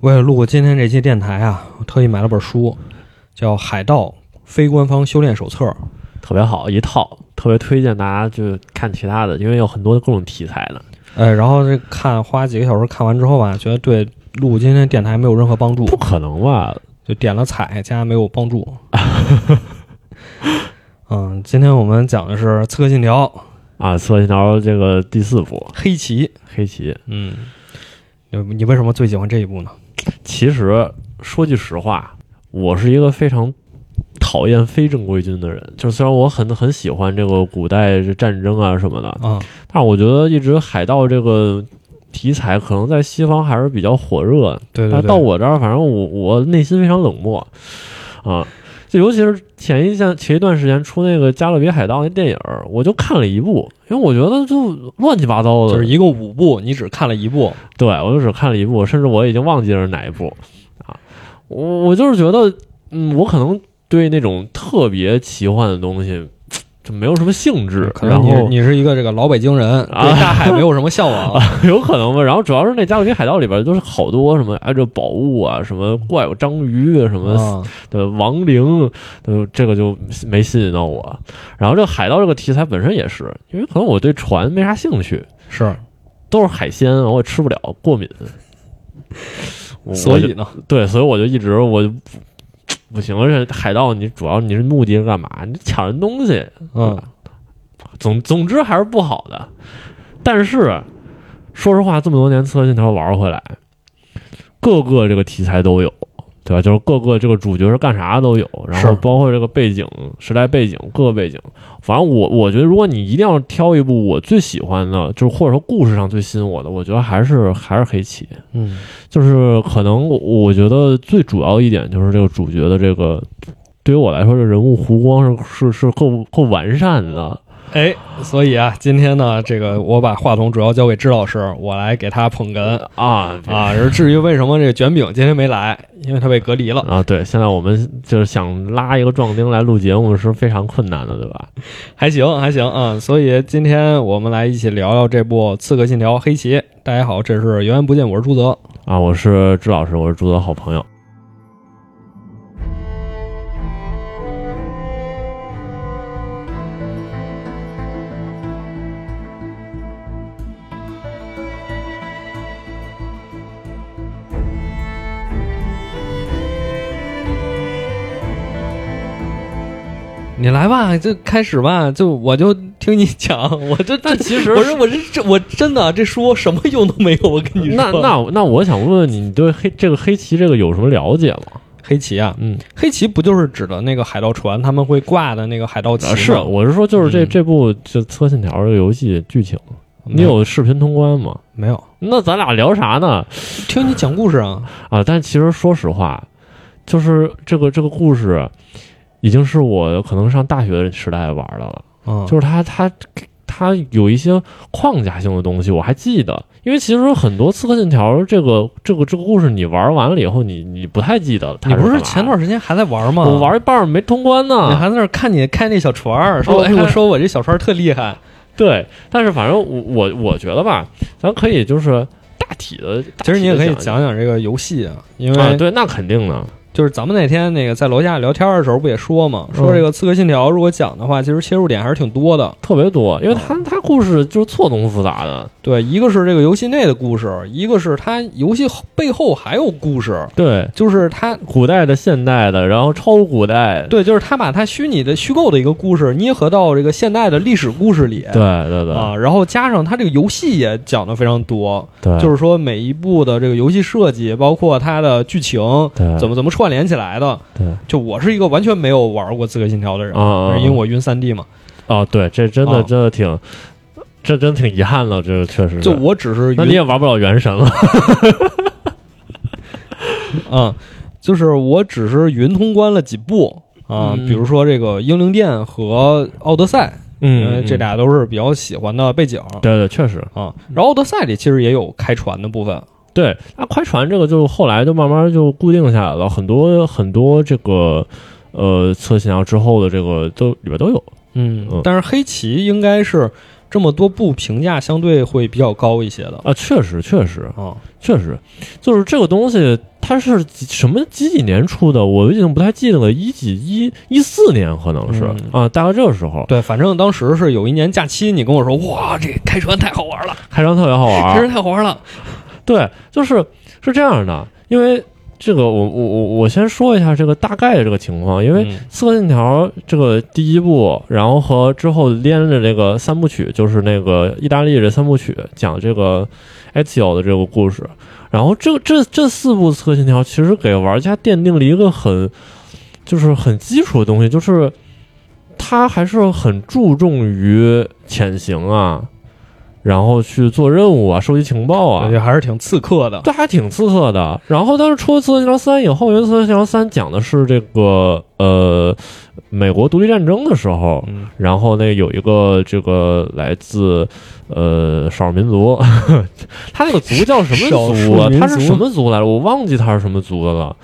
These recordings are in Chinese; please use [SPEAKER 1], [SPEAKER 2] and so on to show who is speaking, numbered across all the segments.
[SPEAKER 1] 为了录今天这期电台啊，我特意买了本书，叫《海盗非官方修炼手册》。
[SPEAKER 2] 特别好，一套特别推荐大家就看其他的，因为有很多各种题材的。
[SPEAKER 1] 呃，然后这看花几个小时看完之后吧，觉得对录今天电台没有任何帮助，
[SPEAKER 2] 不可能吧？
[SPEAKER 1] 就点了彩加没有帮 助。嗯，今天我们讲的是《刺客信条》
[SPEAKER 2] 啊，《刺客信条》这个第四部
[SPEAKER 1] 黑旗。
[SPEAKER 2] 黑旗，
[SPEAKER 1] 嗯，你你为什么最喜欢这一部呢？
[SPEAKER 2] 其实说句实话，我是一个非常讨厌非正规军的人。就是虽然我很很喜欢这个古代这战争啊什么的，
[SPEAKER 1] 啊、
[SPEAKER 2] 但是我觉得一直海盗这个题材可能在西方还是比较火热的。
[SPEAKER 1] 对对
[SPEAKER 2] 但
[SPEAKER 1] 对，
[SPEAKER 2] 啊到我这儿，反正我我内心非常冷漠啊。就尤其是前一项前一段时间出那个《加勒比海盗》那电影儿，我就看了一部，因为我觉得就乱七八糟的，
[SPEAKER 1] 就是一共五部，你只看了一部，
[SPEAKER 2] 对我就只看了一部，甚至我已经忘记了是哪一部啊。我我就是觉得，嗯，我可能对那种特别奇幻的东西就没有什么兴致，
[SPEAKER 1] 嗯可
[SPEAKER 2] 然
[SPEAKER 1] 能你
[SPEAKER 2] 后
[SPEAKER 1] 你是一个这个老北京人，
[SPEAKER 2] 啊
[SPEAKER 1] 对大海没有什么向 往。
[SPEAKER 2] 有可能吧。然后主要是那《加勒比海盗》里边都是好多什么哎这宝物啊，什么怪有章鱼啊，什么
[SPEAKER 1] 啊，
[SPEAKER 2] 的亡灵，呃，这个就没吸引到我。然后这个海盗这个题材本身也是，因为可能我对船没啥兴趣，
[SPEAKER 1] 是，
[SPEAKER 2] 都是海鲜，我也吃不了，过 敏。我
[SPEAKER 1] 所
[SPEAKER 2] 嗯我
[SPEAKER 1] 以
[SPEAKER 2] 就
[SPEAKER 1] 呢，
[SPEAKER 2] 对，所以我就一直我就不不行，而且海盗你主要你是目的是干嘛？你抢人东西，
[SPEAKER 1] 嗯，
[SPEAKER 2] 总总之还是不好的。但是说实话，这么多年《刺客信条》玩回来，各个这个题材都有，对吧？就是各个这个主角是干啥都有，然后
[SPEAKER 1] 是
[SPEAKER 2] 包括这个背景、时代背景、各个背景。反正我我觉得，如果你一定要挑一部我最喜欢的，就是或者说故事上最吸引我的，我觉得还是还是黑旗。
[SPEAKER 1] 嗯，
[SPEAKER 2] 就是可能我我觉得最主要一点就是这个主角的这个。对于我来说，这人物弧光是是是够够完善的，
[SPEAKER 1] 哎，所以啊，今天呢，这个我把话筒主要交给支老师，我来给他捧哏
[SPEAKER 2] 啊
[SPEAKER 1] 啊。而至于为什么这个卷饼今天没来，因为他被隔离了，
[SPEAKER 2] 啊，对，现在我们就是想拉一个壮丁来录节目是非常困难的，对吧？
[SPEAKER 1] 还行还行啊、所以今天我们来一起聊聊这部《刺客信条：黑旗》。大家好，这是源源不见，我是朱泽。
[SPEAKER 2] 啊，我是朱老师，我是朱的好朋友。
[SPEAKER 1] 你来吧，就开始吧，就我就听你 讲，我就这
[SPEAKER 2] 但其实
[SPEAKER 1] 我是我是这我真的啊这书什么用都没有，我跟你说。
[SPEAKER 2] 那那那我想问问你，你对黑这个黑旗这个有什么了解吗？
[SPEAKER 1] 黑旗啊，
[SPEAKER 2] 嗯，
[SPEAKER 1] 黑旗不就是指的那个海盗船他们会挂的那个海盗旗吗？
[SPEAKER 2] 啊是，我是说，就是这、
[SPEAKER 1] 嗯
[SPEAKER 2] 这部就《刺客信条》这个游戏剧情，你有视频通关吗？
[SPEAKER 1] 没有？
[SPEAKER 2] 那咱俩聊啥呢？
[SPEAKER 1] 听你讲故事啊，
[SPEAKER 2] 啊，但其实说实话，就是这个这个故事，已经是我可能上大学时代玩的了。
[SPEAKER 1] 嗯，
[SPEAKER 2] 就是它它它有一些框架性的东西，我还记得，因为其实很多《刺客信条》这个这个这个故事，你玩完了以后，你你不太记得了。它
[SPEAKER 1] 你不
[SPEAKER 2] 是
[SPEAKER 1] 是
[SPEAKER 2] 干嘛
[SPEAKER 1] 前段时间还在玩吗？
[SPEAKER 2] 我。玩一半儿没通关
[SPEAKER 1] 你
[SPEAKER 2] 呢？
[SPEAKER 1] 还在那儿看你开那小船儿，
[SPEAKER 2] 哦
[SPEAKER 1] 说：“
[SPEAKER 2] 我
[SPEAKER 1] 哎，
[SPEAKER 2] 看
[SPEAKER 1] 我说我这小船儿特厉害。
[SPEAKER 2] 对，但是反正我我我觉得吧，咱可以就是大体的，”
[SPEAKER 1] 其实你也可以讲
[SPEAKER 2] 讲
[SPEAKER 1] 讲这个游戏啊，因
[SPEAKER 2] 啊，
[SPEAKER 1] 为
[SPEAKER 2] 对，那肯定的，
[SPEAKER 1] 就是咱们那天那个在楼下聊天的时候不也说
[SPEAKER 2] 嗯
[SPEAKER 1] 嘛，说这个《刺客信条》如果讲的话，其实切入点还是挺多的。
[SPEAKER 2] 特别多，因为
[SPEAKER 1] 嗯
[SPEAKER 2] 它它故事就是错综复杂的。
[SPEAKER 1] 对，一个是这个游戏内的故事，一个是它游戏后背后还有故事，
[SPEAKER 2] 对，
[SPEAKER 1] 就是它
[SPEAKER 2] 古代的、现代的，然后超古代，
[SPEAKER 1] 对，就是他把他虚拟的、虚构的一个故事捏合到这个现代的历史故事里。
[SPEAKER 2] 对对对
[SPEAKER 1] 啊，然后加上他这个游戏也讲的非常多，
[SPEAKER 2] 对，
[SPEAKER 1] 就是是说每一步的这个游戏设计，包括它的剧情
[SPEAKER 2] 对
[SPEAKER 1] 怎么怎么串联起来的。
[SPEAKER 2] 对
[SPEAKER 1] 就我是一个完全没有玩过《刺客信条》的人，
[SPEAKER 2] 啊，
[SPEAKER 1] 因为我晕三 D 嘛，
[SPEAKER 2] 哦，对，这真
[SPEAKER 1] 啊
[SPEAKER 2] 的真的挺，这真挺遗憾了，这确实是。
[SPEAKER 1] 就我只是
[SPEAKER 2] 那你
[SPEAKER 1] 晕
[SPEAKER 2] 也玩不了原神 了
[SPEAKER 1] 啊，就是我只是云通关了几步啊，
[SPEAKER 2] 嗯
[SPEAKER 1] 比如说这个《英灵殿》和《奥德赛》，因为
[SPEAKER 2] 嗯，
[SPEAKER 1] 这俩都是比较喜欢的背景。
[SPEAKER 2] 嗯。对对，确实
[SPEAKER 1] 啊，然后《奥德赛》里其实也有开船的部分，
[SPEAKER 2] 对。那快船这个就后来就慢慢就固定下来了，很多很多这个啊呃测信条之后的这个都里边都有。
[SPEAKER 1] 嗯
[SPEAKER 2] 嗯
[SPEAKER 1] 但是黑旗应该是这么多部评价相对会比较高一些的
[SPEAKER 2] 啊，确实确实
[SPEAKER 1] 啊。
[SPEAKER 2] 确实，就是这个东西，它是几什么几几年出的，我已经不太记得了，一几一一四年可能是、
[SPEAKER 1] 嗯
[SPEAKER 2] 啊，大概这个时候，
[SPEAKER 1] 对，反正当时是有一年假期，你跟我说，哇，这开船太好玩了，
[SPEAKER 2] 开张特别好玩
[SPEAKER 1] 开
[SPEAKER 2] 儿，
[SPEAKER 1] 船太好玩了。
[SPEAKER 2] 对，就是是这样的，因为这个我我我我先说一下这个大概的这个情况，因为《
[SPEAKER 1] 嗯
[SPEAKER 2] 刺客信条》这个第一部，然后和之后连着这个三部曲，就是那个意大利这三部曲，讲这个 Ezio 的这个故事。然后这这这四部《刺客信条》其实给玩家奠定了一个很就是很基础的东西，就是它还是很注重于潜行啊。然后去做任务啊，收集情报啊
[SPEAKER 1] 感，觉还是挺刺客的。
[SPEAKER 2] 这还挺刺客的。然后，但是出了《刺客信条三》以后，因为《刺客信条三》讲的是这个呃美国独立战争的时候，
[SPEAKER 1] 嗯，
[SPEAKER 2] 然后那个有一个这个来自呃少数民族， 他那个族叫什么族
[SPEAKER 1] 少
[SPEAKER 2] 啊
[SPEAKER 1] 数民？族
[SPEAKER 2] 他是什么族来着？我忘记他是什么族的了。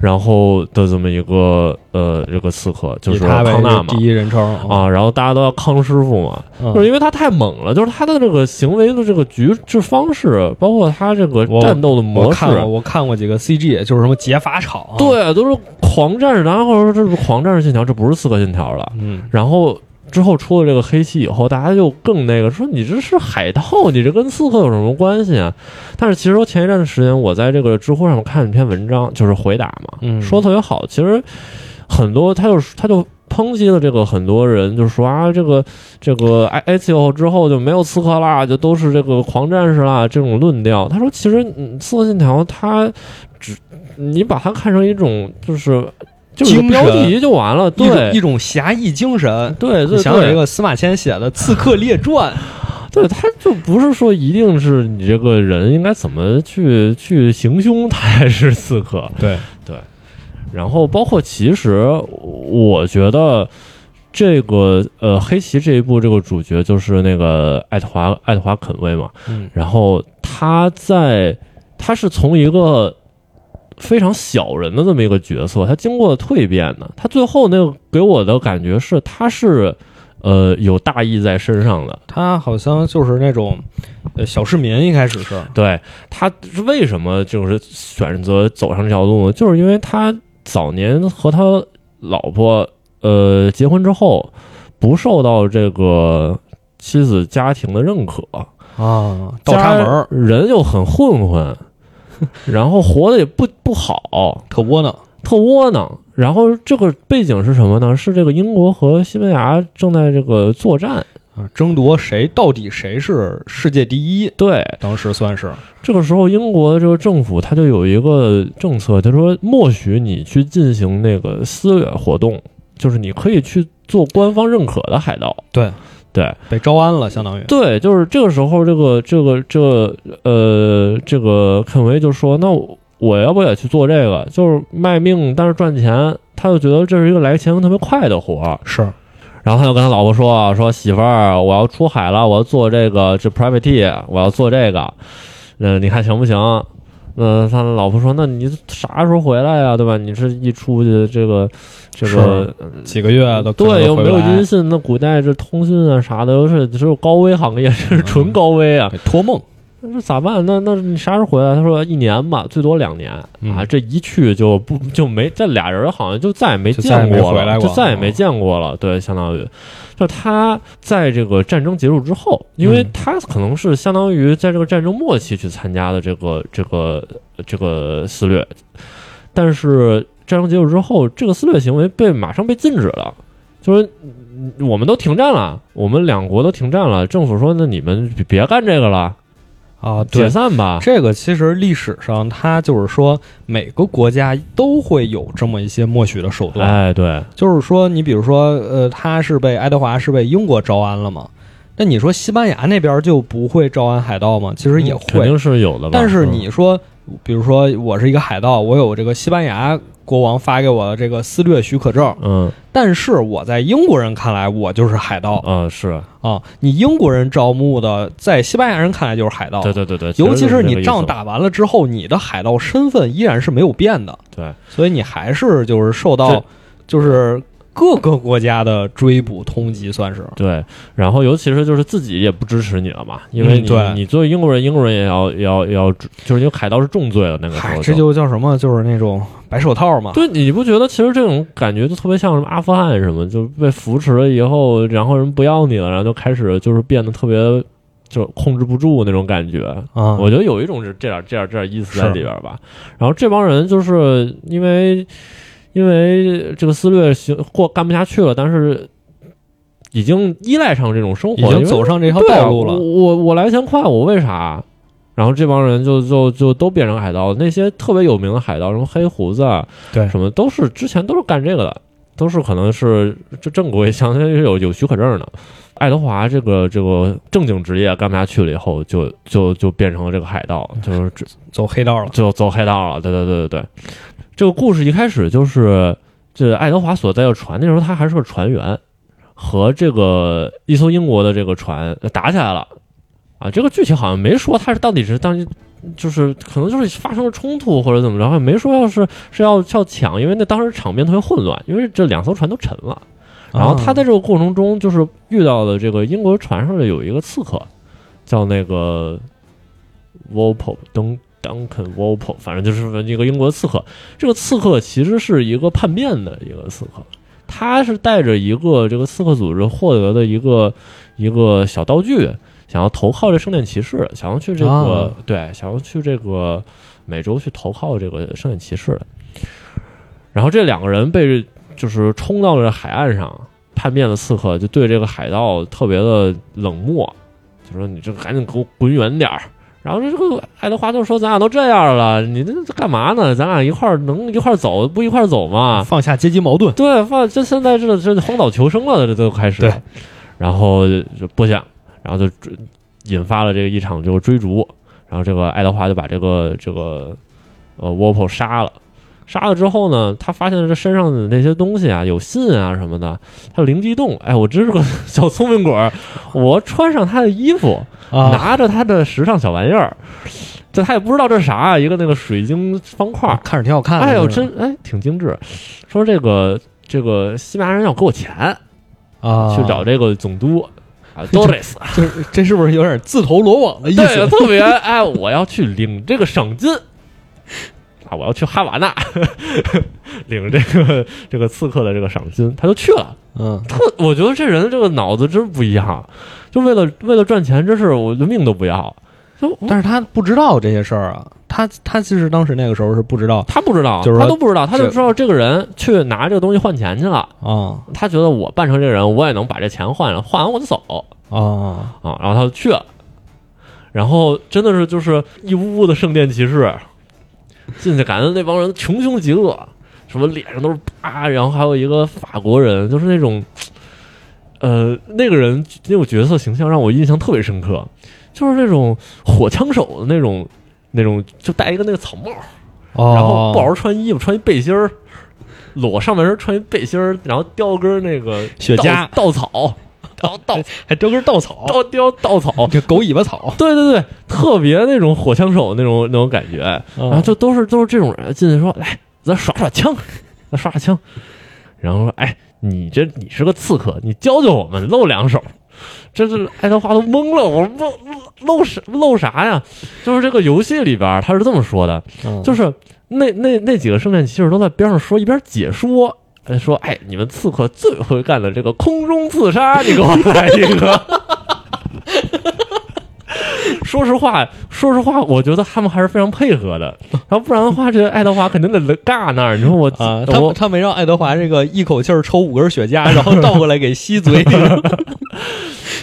[SPEAKER 2] 然后的这么一个呃这个刺客就
[SPEAKER 1] 以
[SPEAKER 2] 是
[SPEAKER 1] 他为
[SPEAKER 2] 康纳嘛
[SPEAKER 1] 第一人称，
[SPEAKER 2] 啊，然后大家都要康师傅嘛，
[SPEAKER 1] 嗯
[SPEAKER 2] 就是因为他太猛了，就是他的这个行为的这个局制方式，包括他这个
[SPEAKER 1] 我
[SPEAKER 2] 战斗的
[SPEAKER 1] 我
[SPEAKER 2] 模式
[SPEAKER 1] 看，过，我啊看过几个 CG，就是什么劫法场、啊，，
[SPEAKER 2] 对，都是狂战士，然后说这是狂战士信条，这不是刺客信条了。
[SPEAKER 1] 嗯，
[SPEAKER 2] 然后之后出了这个黑旗以后，大家就更那个说你这是海盗，你这跟刺客有什么关系啊？但是其实我前一段时间我在这个知乎上面看了一篇文章，就是回答嘛，
[SPEAKER 1] 嗯
[SPEAKER 2] 说得特别好。其实很多他就他就抨击了这个很多人，就说啊这个这个埃埃及后之后就没有刺客啦，就都是这个狂战士啦这种论调。他说其实嗯刺客信条它只你把它看成一种就是。就是一个
[SPEAKER 1] 精
[SPEAKER 2] 标
[SPEAKER 1] 神
[SPEAKER 2] 题就完了，
[SPEAKER 1] 一
[SPEAKER 2] 对
[SPEAKER 1] 种一种侠义精神。
[SPEAKER 2] 对
[SPEAKER 1] 你
[SPEAKER 2] 对
[SPEAKER 1] 想想
[SPEAKER 2] 对
[SPEAKER 1] 这，个司马迁写的《刺客列传》，
[SPEAKER 2] 对，他就不是说一定是你这个人应该怎么去去行凶，他才是刺客。
[SPEAKER 1] 对，
[SPEAKER 2] 然后包括其实我觉得这个呃黑旗这一部这个主角就是那个爱德华爱德华肯威嘛，
[SPEAKER 1] 嗯
[SPEAKER 2] 然后他在他是从一个非常小人的这么一个角色，他经过了蜕变的，他最后那个给我的感觉是他是呃有大义在身上的。
[SPEAKER 1] 他好像就是那种呃小市民，一开始是，
[SPEAKER 2] 对他是为什么就是选择走上这条路呢？就是因为他早年和他老婆呃结婚之后，不受到这个妻子家庭的认可，
[SPEAKER 1] 啊，倒插门儿
[SPEAKER 2] 家人又很混 混，然后活的也不不好，
[SPEAKER 1] 特窝囊，
[SPEAKER 2] 特窝囊。然后这个背景是什么呢？是这个英国和西班牙正在这个作战，
[SPEAKER 1] 啊争夺谁到底谁是世界第一，
[SPEAKER 2] 对，
[SPEAKER 1] 当时算是，
[SPEAKER 2] 这个时候，英国的这个政府它就有一个政策，他说默许你去进行那个私掠活动，就是你可以去做官方认可的海盗。
[SPEAKER 1] 对
[SPEAKER 2] 对
[SPEAKER 1] 被招安了，相当于，
[SPEAKER 2] 对，就是这个时候、这个，这个这个呃，这个肯维就说：“那我我要不也去做这个，就是卖命，但是赚钱。”他就觉得这是一个来钱特别快的活儿，
[SPEAKER 1] 是，
[SPEAKER 2] 然后他就跟他老婆说：“说媳妇儿，我要出海了，我要做这个这 privateer，我要做这个，嗯、你看行不行？”那他老婆说：“那你啥时候回来呀、对吧？你是一出去这个这个呃
[SPEAKER 1] 是几个月都可能
[SPEAKER 2] 嗯对，
[SPEAKER 1] 都
[SPEAKER 2] 又
[SPEAKER 1] 回
[SPEAKER 2] 没
[SPEAKER 1] 不
[SPEAKER 2] 有
[SPEAKER 1] 来
[SPEAKER 2] 音信，那古代这通讯啊啥的都是只有高危行业，
[SPEAKER 1] 嗯
[SPEAKER 2] 这是纯高危啊。
[SPEAKER 1] 给托梦，
[SPEAKER 2] 那咋办？那那你啥时候回来？他说一年吧，最多两年、
[SPEAKER 1] 嗯
[SPEAKER 2] 啊。这一去就不就没这俩人好像就再也没
[SPEAKER 1] 就再也
[SPEAKER 2] 见
[SPEAKER 1] 没
[SPEAKER 2] 过
[SPEAKER 1] 回
[SPEAKER 2] 了，
[SPEAKER 1] 来
[SPEAKER 2] 就
[SPEAKER 1] 过啊
[SPEAKER 2] 再也没见过了。对，相当于就他在这个战争结束之后，因为
[SPEAKER 1] 嗯
[SPEAKER 2] 他可能是相当于在这个战争末期去参加的这个这个这个私掠，但是战争结束之后，这个私掠行为被马上被禁止了，就是嗯我们都停战了，我们两国都停战了，政府说那你们别别干这个了。
[SPEAKER 1] 啊，
[SPEAKER 2] 解
[SPEAKER 1] 对，
[SPEAKER 2] 散吧。
[SPEAKER 1] 这个其实历史上，它就是说每个国家都会有这么一些默许的手段。
[SPEAKER 2] 哎，对，
[SPEAKER 1] 就是说，你比如说，呃，他是被爱德华是被英国招安了嘛？那你说西班牙那边就不会招安海盗吗？其实也
[SPEAKER 2] 嗯肯
[SPEAKER 1] 会，
[SPEAKER 2] 定是有的吧。
[SPEAKER 1] 但是
[SPEAKER 2] 嗯
[SPEAKER 1] 你说，比如说我是一个海盗，我有这个西班牙国王发给我的这个私掠许可证，
[SPEAKER 2] 嗯
[SPEAKER 1] 但是我在英国人看来我就是海盗
[SPEAKER 2] 啊是，
[SPEAKER 1] 啊！你英国人招募的，在西班牙人看来就是海盗。
[SPEAKER 2] 对对对对，
[SPEAKER 1] 哦尤其是
[SPEAKER 2] 是这个
[SPEAKER 1] 你
[SPEAKER 2] 意
[SPEAKER 1] 仗
[SPEAKER 2] 思，
[SPEAKER 1] 打完了之后，你的海盗身份依然是没有变的，
[SPEAKER 2] 对
[SPEAKER 1] 所以你还是就是受到
[SPEAKER 2] 这
[SPEAKER 1] 就是各个国家的追捕通缉，算是
[SPEAKER 2] 对，然后尤其是就是自己也不支持你了嘛，因为
[SPEAKER 1] 嗯
[SPEAKER 2] 你、
[SPEAKER 1] 对
[SPEAKER 2] 你作为英国人，英国人也要也要也要，就是因为海盗是重罪了那个时
[SPEAKER 1] 嗨，
[SPEAKER 2] 候，
[SPEAKER 1] 这就叫什么？就是那种白手套嘛。
[SPEAKER 2] 对，你不觉得其实这种感觉就特别像什么阿富汗什么，就被扶持了以后，然后人不要你了，然后就开始就是变得特别就控制不住那种感觉。
[SPEAKER 1] 啊，
[SPEAKER 2] 我觉得有一种是这点这点这点意思在
[SPEAKER 1] 是
[SPEAKER 2] 里边吧。然后这帮人就是因为因为这个私掠行过干不下去了，但是已经依赖上这种生活，
[SPEAKER 1] 已经
[SPEAKER 2] 因为
[SPEAKER 1] 走上这条
[SPEAKER 2] 对啊
[SPEAKER 1] 道路
[SPEAKER 2] 我
[SPEAKER 1] 了。
[SPEAKER 2] 我我来钱快，我为啥？然后这帮人就就就都变成海盗，那些特别有名的海盗，什么黑胡子啊，
[SPEAKER 1] 对
[SPEAKER 2] 什么都是之前都是干这个的，都是可能是这正规，相当于是有有许可证的。爱德华这个这个正经职业干不下去了以后，就就就变成了这个海盗，就是这
[SPEAKER 1] 走黑道了。
[SPEAKER 2] 就走黑道了。对对对对对，这个故事一开始就是这爱德华所在的船，那时候他还是个船员，和这个一艘英国的这个船打起来了啊。这个具体好像没说他是到底是当时就是可能就是发生了冲突或者怎么着，好像没说要是是要要抢，因为那当时场面特别混乱，因为这两艘船都沉了。然
[SPEAKER 1] 啊
[SPEAKER 2] 后他在这个过程中，就是遇到了这个英国船上的有一个刺客，叫那个 Walpole 登 Duncan Walpole，反正就是一个英国刺客。这个刺客其实是一个叛变的一个刺客，他是带着一个这个刺客组织获得的一个一个小道具，想要投靠这圣殿骑士，想要去这个、
[SPEAKER 1] 啊
[SPEAKER 2] 对，想要去这个美洲去投靠这个圣殿骑士的。然后这两个人被就是冲到了海岸上，叛变的刺客就对这个海盗特别的冷漠，就说你这赶紧给我滚远点儿。然后这个爱德华就说：“咱俩都这样了，你这这干嘛呢？咱俩一块儿能一块儿走，不一块儿走吗？
[SPEAKER 1] 放下阶级矛盾，
[SPEAKER 2] 对，放这现在这这荒岛求生了，这都开始。
[SPEAKER 1] 对，
[SPEAKER 2] 然后就不想，然后就追引发了这个一场这个追逐，然后这个爱德华就把这个这个呃沃普杀了。杀了之后呢，他发现这身上的那些东西啊，有信啊什么的，他灵机一动，哎，我真是个 小聪明鬼儿，我穿上他的衣服，
[SPEAKER 1] 啊，
[SPEAKER 2] 拿着他的时尚小玩意儿，这他也不知道这是啥，啊一个那个水晶方块，
[SPEAKER 1] 看着挺好看的。
[SPEAKER 2] 哎呦，
[SPEAKER 1] 就是
[SPEAKER 2] 真哎挺精致。说这个这个西班牙人要给我钱，
[SPEAKER 1] 啊，
[SPEAKER 2] 去找这个总督 啊 Doris，
[SPEAKER 1] 就是这是不是有点自投罗网的意
[SPEAKER 2] 对，
[SPEAKER 1] 思？
[SPEAKER 2] 特别哎，我要去领这个赏金啊，我要去哈瓦那 领这个这个刺客的这个赏金，他就去了。
[SPEAKER 1] 嗯，
[SPEAKER 2] 特，我觉得这人这个脑子真不一样，就为了为了赚钱，真是我的命都不要。就
[SPEAKER 1] 但是他不知道这些事儿啊，他他其实当时那个时候是不知道
[SPEAKER 2] 他不知道，
[SPEAKER 1] 就是说
[SPEAKER 2] 他都不知道，他就是知道这个人去拿这个东西换钱去了。
[SPEAKER 1] 啊
[SPEAKER 2] 他觉得我扮成这个人，我也能把这钱换了，换完我就走
[SPEAKER 1] 啊，
[SPEAKER 2] 啊。然后他就去了，然后真的是就是一屋屋的圣殿骑士进去，感觉那帮人穷凶极恶，什么脸上都是疤，然后还有一个法国人，就是那种，呃，那个人那种角色形象让我印象特别深刻，就是那种火枪手的那种。那种就戴一个那个草帽，
[SPEAKER 1] 哦
[SPEAKER 2] 然后不好好穿衣服，穿一背心儿，裸上半身穿一背心儿，然后叼根儿那个
[SPEAKER 1] 雪茄哎
[SPEAKER 2] 稻 稻草，然后稻
[SPEAKER 1] 还叼根稻草，
[SPEAKER 2] 叼叼稻草，
[SPEAKER 1] 这狗尾巴草，
[SPEAKER 2] 对对对，特别那种火枪手那种那种感觉，然后
[SPEAKER 1] 啊
[SPEAKER 2] 就都是都是这种人进去说，来，咱耍耍枪，咱耍耍枪，然后说，哎，你这你是个刺客，你教教我们露两手。这是爱德华都懵了，我说露露啥露啥呀？就是这个游戏里边儿他是这么说的，
[SPEAKER 1] 哦嗯
[SPEAKER 2] 就是那那那几个圣战骑士都在边上说，一边解说。呃说，哎，你们刺客最会干的这个空中自杀，你给我来一个。 说实话，说实话，我觉得他们还是非常配合的。然后不然的话，这爱德华肯定得尬那儿。你说我
[SPEAKER 1] 啊，他
[SPEAKER 2] 我
[SPEAKER 1] 他没让爱德华这个一口气儿抽五根雪 茄，然后倒过来给吸嘴里。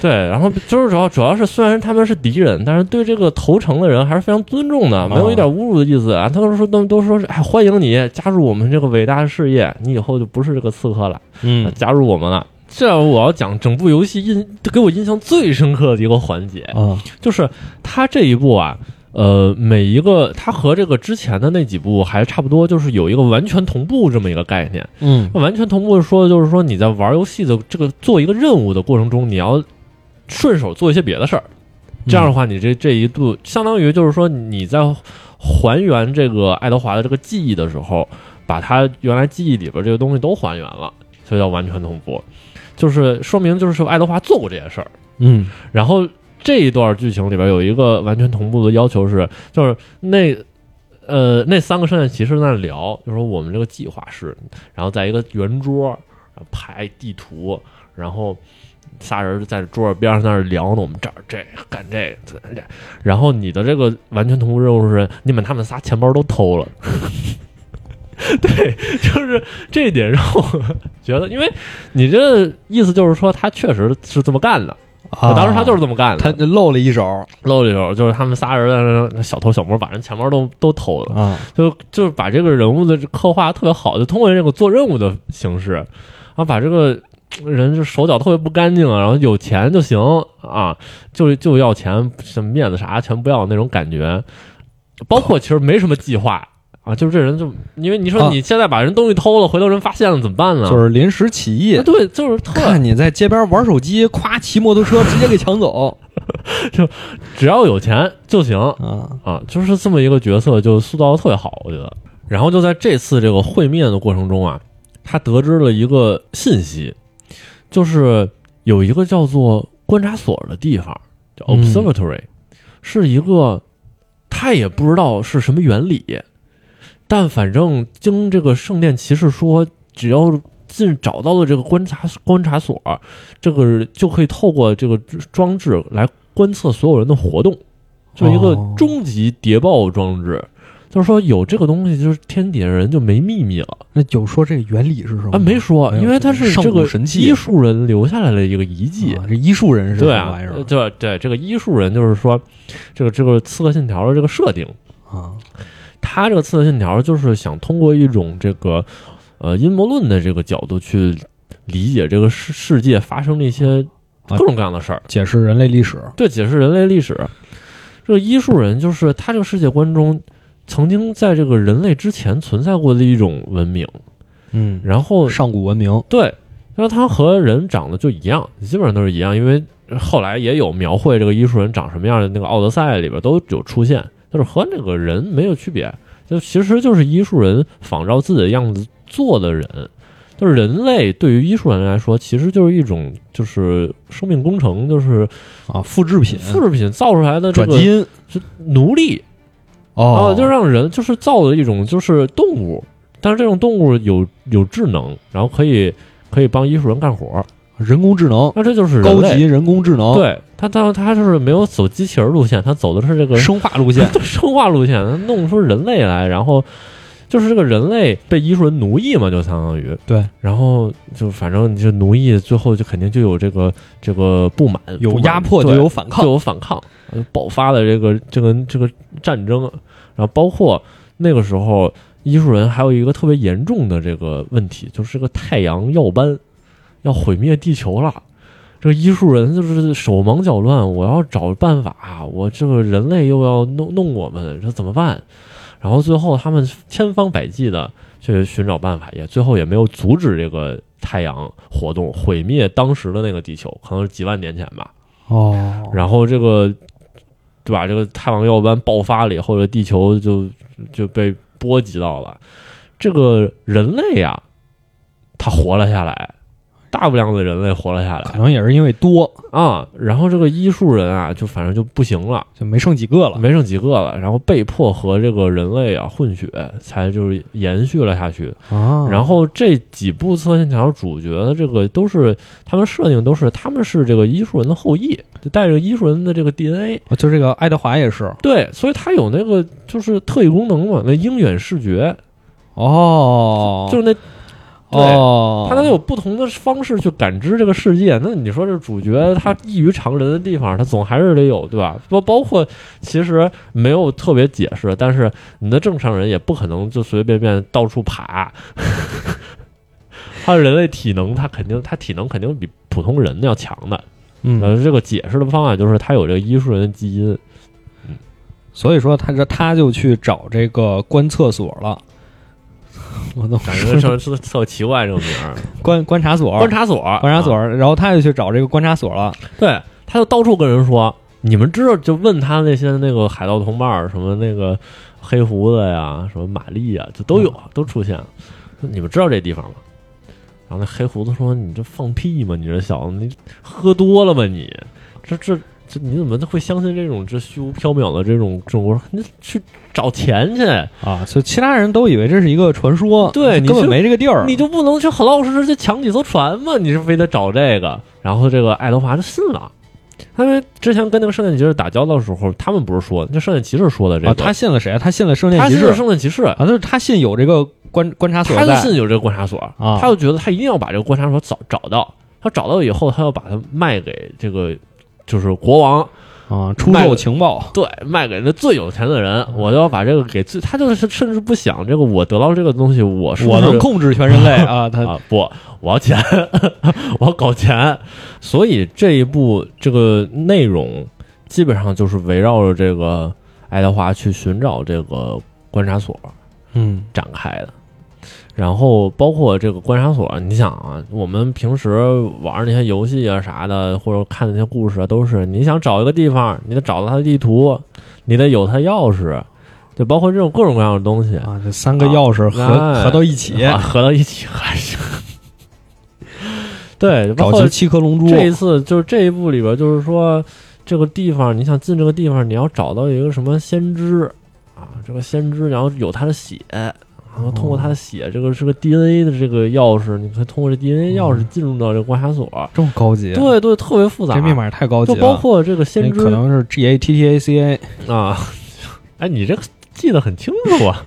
[SPEAKER 2] 对，然后就是主要主要是虽然他们是敌人，但是对这个投诚的人还是非常尊重的，没有一点侮辱的意思啊。他们说都都说是哎，欢迎你加入我们这个伟大的事业，你以后就不是这个刺客了。
[SPEAKER 1] 嗯
[SPEAKER 2] 呃加入我们了。这我要讲整部游戏印给我印象最深刻的一个环节，
[SPEAKER 1] 啊
[SPEAKER 2] 就是它这一部啊，呃，每一个它和这个之前的那几部还差不多，就是有一个完全同步这么一个概念。
[SPEAKER 1] 嗯
[SPEAKER 2] 完全同步说的就是说你在玩游戏的这个做一个任务的过程中，你要顺手做一些别的事儿。这样的话，你这这一度相当于就是说你在还原这个爱德华的这个记忆的时候，把他原来记忆里边这个东西都还原了。所以叫完全同步，就是说明就是说爱德华做过这些事儿。
[SPEAKER 1] 嗯
[SPEAKER 2] 然后这一段剧情里边有一个完全同步的要求是，就是那呃那三个圣战骑士在那聊，就说我们这个计划是，然后在一个圆桌然后排地图，然后仨人在桌边上在那儿聊呢，我们这儿这个干这个这这，然后你的这个完全同步任务是，你把他们仨钱包都偷了。 对，就是这一点让我觉得，因为你这意思就是说，他确实是这么干的，
[SPEAKER 1] 啊
[SPEAKER 2] 我当时他就是这么干的，
[SPEAKER 1] 他露了一手啊
[SPEAKER 2] 露了一手，就是他们仨人在那那小偷小摸把人钱包都都偷了，
[SPEAKER 1] 啊，
[SPEAKER 2] 就就是把这个人物的刻画特别好，就通过这个做任务的形式，然后把这个呃人就手脚特别不干净啊，然后有钱就行啊，就就要钱，什么面子啥全不要那种感觉，包括其实没什么计划。啊，就是这人就，因为你说
[SPEAKER 1] 啊
[SPEAKER 2] 你现在把人东西偷了，回头人发现了怎么办呢？
[SPEAKER 1] 就是临时起意
[SPEAKER 2] 啊，对，就是特
[SPEAKER 1] 看你在街边玩手机，咵骑摩托车直接给抢走
[SPEAKER 2] 只要有钱就行，
[SPEAKER 1] 啊，
[SPEAKER 2] 啊，就是这么一个角色，就塑造的特别好，我觉得。然后就在这次这个会面的过程中啊，他得知了一个信息，就是有一个叫做观察所的地方，叫
[SPEAKER 1] 嗯
[SPEAKER 2] observatory，、是一个他也不知道是什么原理，但反正经这个圣殿骑士说，只要进找到了这个观察观察所，这个就可以透过这个装置来观测所有人的活动，就是一个
[SPEAKER 1] 哦
[SPEAKER 2] 终极谍报装置。就是说有这个东西，就是天底下人就没秘密了
[SPEAKER 1] 那就说这个原理是什么
[SPEAKER 2] 啊！没说，
[SPEAKER 1] 哎呦
[SPEAKER 2] 因为它是
[SPEAKER 1] 上
[SPEAKER 2] 这
[SPEAKER 1] 古
[SPEAKER 2] 个
[SPEAKER 1] 神器
[SPEAKER 2] 医术人留下来的一个遗迹。
[SPEAKER 1] 啊这医术人是什
[SPEAKER 2] 对
[SPEAKER 1] 么
[SPEAKER 2] 啊
[SPEAKER 1] 玩意，
[SPEAKER 2] 呃
[SPEAKER 1] 儿
[SPEAKER 2] 对对，这个医术人就是说，这个这个《刺客信条》的这个设定，
[SPEAKER 1] 啊？
[SPEAKER 2] 他这个《刺客信条》就是想通过一种这个呃阴谋论的这个角度去理解这个世世界发生的一些各种各样的事儿，
[SPEAKER 1] 解释人类历史
[SPEAKER 2] 对解释人类历史。这个医术人就是他这个世界观中曾经在这个人类之前存在过的一种文明，
[SPEAKER 1] 嗯，
[SPEAKER 2] 然后
[SPEAKER 1] 上古文明
[SPEAKER 2] 对，然后他和人长得就一样，基本上都是一样，因为后来也有描绘这个医术人长什么样的那个《奥德赛》里边都有出现，就是和那个人没有区别，就其实就是医术人仿照自己的样子做的人。就是人类对于医术人来说，其实就是一种就是生命工程，就是
[SPEAKER 1] 啊，复制品、
[SPEAKER 2] 复制品造出来的这
[SPEAKER 1] 转
[SPEAKER 2] 个
[SPEAKER 1] 基因
[SPEAKER 2] 是奴隶啊，
[SPEAKER 1] 哦，
[SPEAKER 2] 就让人就是造了一种就是动物，但是这种动物有有智能，然后可以可以帮医术人干活儿，
[SPEAKER 1] 人工智能，
[SPEAKER 2] 那这就是人
[SPEAKER 1] 高
[SPEAKER 2] 类
[SPEAKER 1] 级。啊人工智能，
[SPEAKER 2] 对他，当他就是没有走机器人路线，他走的是这个
[SPEAKER 1] 生化路 线
[SPEAKER 2] 生化路线，他弄出人类来，然后就是这个人类被医术人奴役嘛，就相当于
[SPEAKER 1] 对，
[SPEAKER 2] 然后就反正你就奴役，最后就肯定就有这个这个不满，
[SPEAKER 1] 有
[SPEAKER 2] 不满
[SPEAKER 1] 压迫就
[SPEAKER 2] 对
[SPEAKER 1] 有反抗
[SPEAKER 2] 就有反抗，呃爆发了这个这个这个战争，然后包括那个时候医术人还有一个特别严重的这个问题，就是这个太阳耀斑要毁灭地球了。这个医术人就是手忙脚乱，我要找办法，我这个人类又要弄弄我们，这怎么办？然后最后他们千方百计的去寻找办法，也最后也没有阻止这个太阳活动毁灭当时的那个地球，可能是几万年前吧。
[SPEAKER 1] 哦，
[SPEAKER 2] 然后这个对吧？这个太阳耀斑爆发了以后，这地球就就被波及到了。这个人类呀、他活了下来，大量的人类活了下来
[SPEAKER 1] 可能也是因为多
[SPEAKER 2] 啊。然后这个医术人啊，就反正就不行了，
[SPEAKER 1] 就没剩几个了，
[SPEAKER 2] 没剩几个了，然后被迫和这个人类啊混血，才就是延续了下去。
[SPEAKER 1] 啊
[SPEAKER 2] 嗯然后这几部《刺客信条》主角的这个都是他们设定都是他们是这个医术人的后裔，就带着医术人的这个 DNA。
[SPEAKER 1] 啊就这个爱德华也是
[SPEAKER 2] 对，所以它有那个就是特异功能嘛，那鹰眼视觉，
[SPEAKER 1] 哦，
[SPEAKER 2] 就是那对
[SPEAKER 1] 哦，
[SPEAKER 2] 它能有不同的方式去感知这个世界。那你说这主角他异于常人的地方，他总还是得有，对吧？包包括其实没有特别解释，但是你的正常人也不可能就随随便便到处爬。 他人类体能，他肯定，他体能肯定比普通人要强的。
[SPEAKER 1] 嗯，
[SPEAKER 2] 呃，这个解释的方法就是他有这个医术人的基因，
[SPEAKER 1] 所以说他这他就去找这个观测所了， 我都
[SPEAKER 2] 感觉上是特奇怪这个名儿，
[SPEAKER 1] 观观察所，
[SPEAKER 2] 观察所，
[SPEAKER 1] 观察
[SPEAKER 2] 啊
[SPEAKER 1] 所，然后他就去找这个观察所了，
[SPEAKER 2] 对，他就到处跟人说，你们知道，就问他那些那个海盗同伴儿，什么那个黑胡子呀，什么玛丽呀，就都有，都出现。你们知道这地方吗？然后那黑胡子说：“你这放屁吗？你这小子，你喝多了吧你？这这这你怎么会相信这种这虚无缥缈的这种这种？我说你去找钱去，
[SPEAKER 1] 啊，所以其他人都以为这是一个传说，
[SPEAKER 2] 对你
[SPEAKER 1] 根本
[SPEAKER 2] 就
[SPEAKER 1] 没这个地儿，
[SPEAKER 2] 你就不能去很老实实去抢几艘船吗？你是非得找这个？”然后这个爱德华就信了，因为之前跟那个圣殿骑士打交道的时候，他们不是说这圣殿骑士说的这个，
[SPEAKER 1] 啊，他信了谁？他信了圣殿
[SPEAKER 2] 他
[SPEAKER 1] 骑
[SPEAKER 2] 信
[SPEAKER 1] 士
[SPEAKER 2] 圣殿骑士，
[SPEAKER 1] 啊，就是他信有这个观观察所
[SPEAKER 2] 他就
[SPEAKER 1] 在
[SPEAKER 2] 信有这个观察所，
[SPEAKER 1] 啊
[SPEAKER 2] 他就觉得他一定要把这个观察所找找到，他找到以后，他要把它卖给这个就是国王，
[SPEAKER 1] 啊，出
[SPEAKER 2] 卖
[SPEAKER 1] 售
[SPEAKER 2] 了
[SPEAKER 1] 情报
[SPEAKER 2] 对，卖给那最有钱的人，我就要把这个给最，他就是甚至不想这个我得到这个东西，我是不
[SPEAKER 1] 我
[SPEAKER 2] 是
[SPEAKER 1] 能控制全 人类啊！他
[SPEAKER 2] 啊，不，我要钱， 我要搞钱，所以这一部这个内容基本上就是围绕着这个爱德华去寻找这个观察所，
[SPEAKER 1] 嗯
[SPEAKER 2] 展开的。然后包括这个观察所，你想啊，我们平时玩那些游戏啊啥的，或者看那些故事啊，都是你想找一个地方，你得找到它的地图，你得有它钥匙，就包括这种各种各样的东西
[SPEAKER 1] 啊，这三个钥匙合
[SPEAKER 2] 哎
[SPEAKER 1] 合到一起，
[SPEAKER 2] 啊合到一起 还是对，
[SPEAKER 1] 找
[SPEAKER 2] 包括
[SPEAKER 1] 齐七颗龙珠
[SPEAKER 2] 这一次就是这一部里边，就是说这个地方，你想进这个地方，你要找到一个什么先知啊，这个先知，然后有他的血，然后通过
[SPEAKER 1] 哦
[SPEAKER 2] 他的血，这个是个 DNA 的这个钥匙，你可以
[SPEAKER 1] 嗯
[SPEAKER 2] 通过这 DNA 钥匙进入到这个观察所。
[SPEAKER 1] 这么高级，啊
[SPEAKER 2] 对对，特别复杂，
[SPEAKER 1] 这密码也太高级
[SPEAKER 2] 就
[SPEAKER 1] 了，
[SPEAKER 2] 包括这个先
[SPEAKER 1] 那
[SPEAKER 2] 知
[SPEAKER 1] 可能是 G A T T A C A
[SPEAKER 2] 啊， 哎，你这个记得很清楚啊。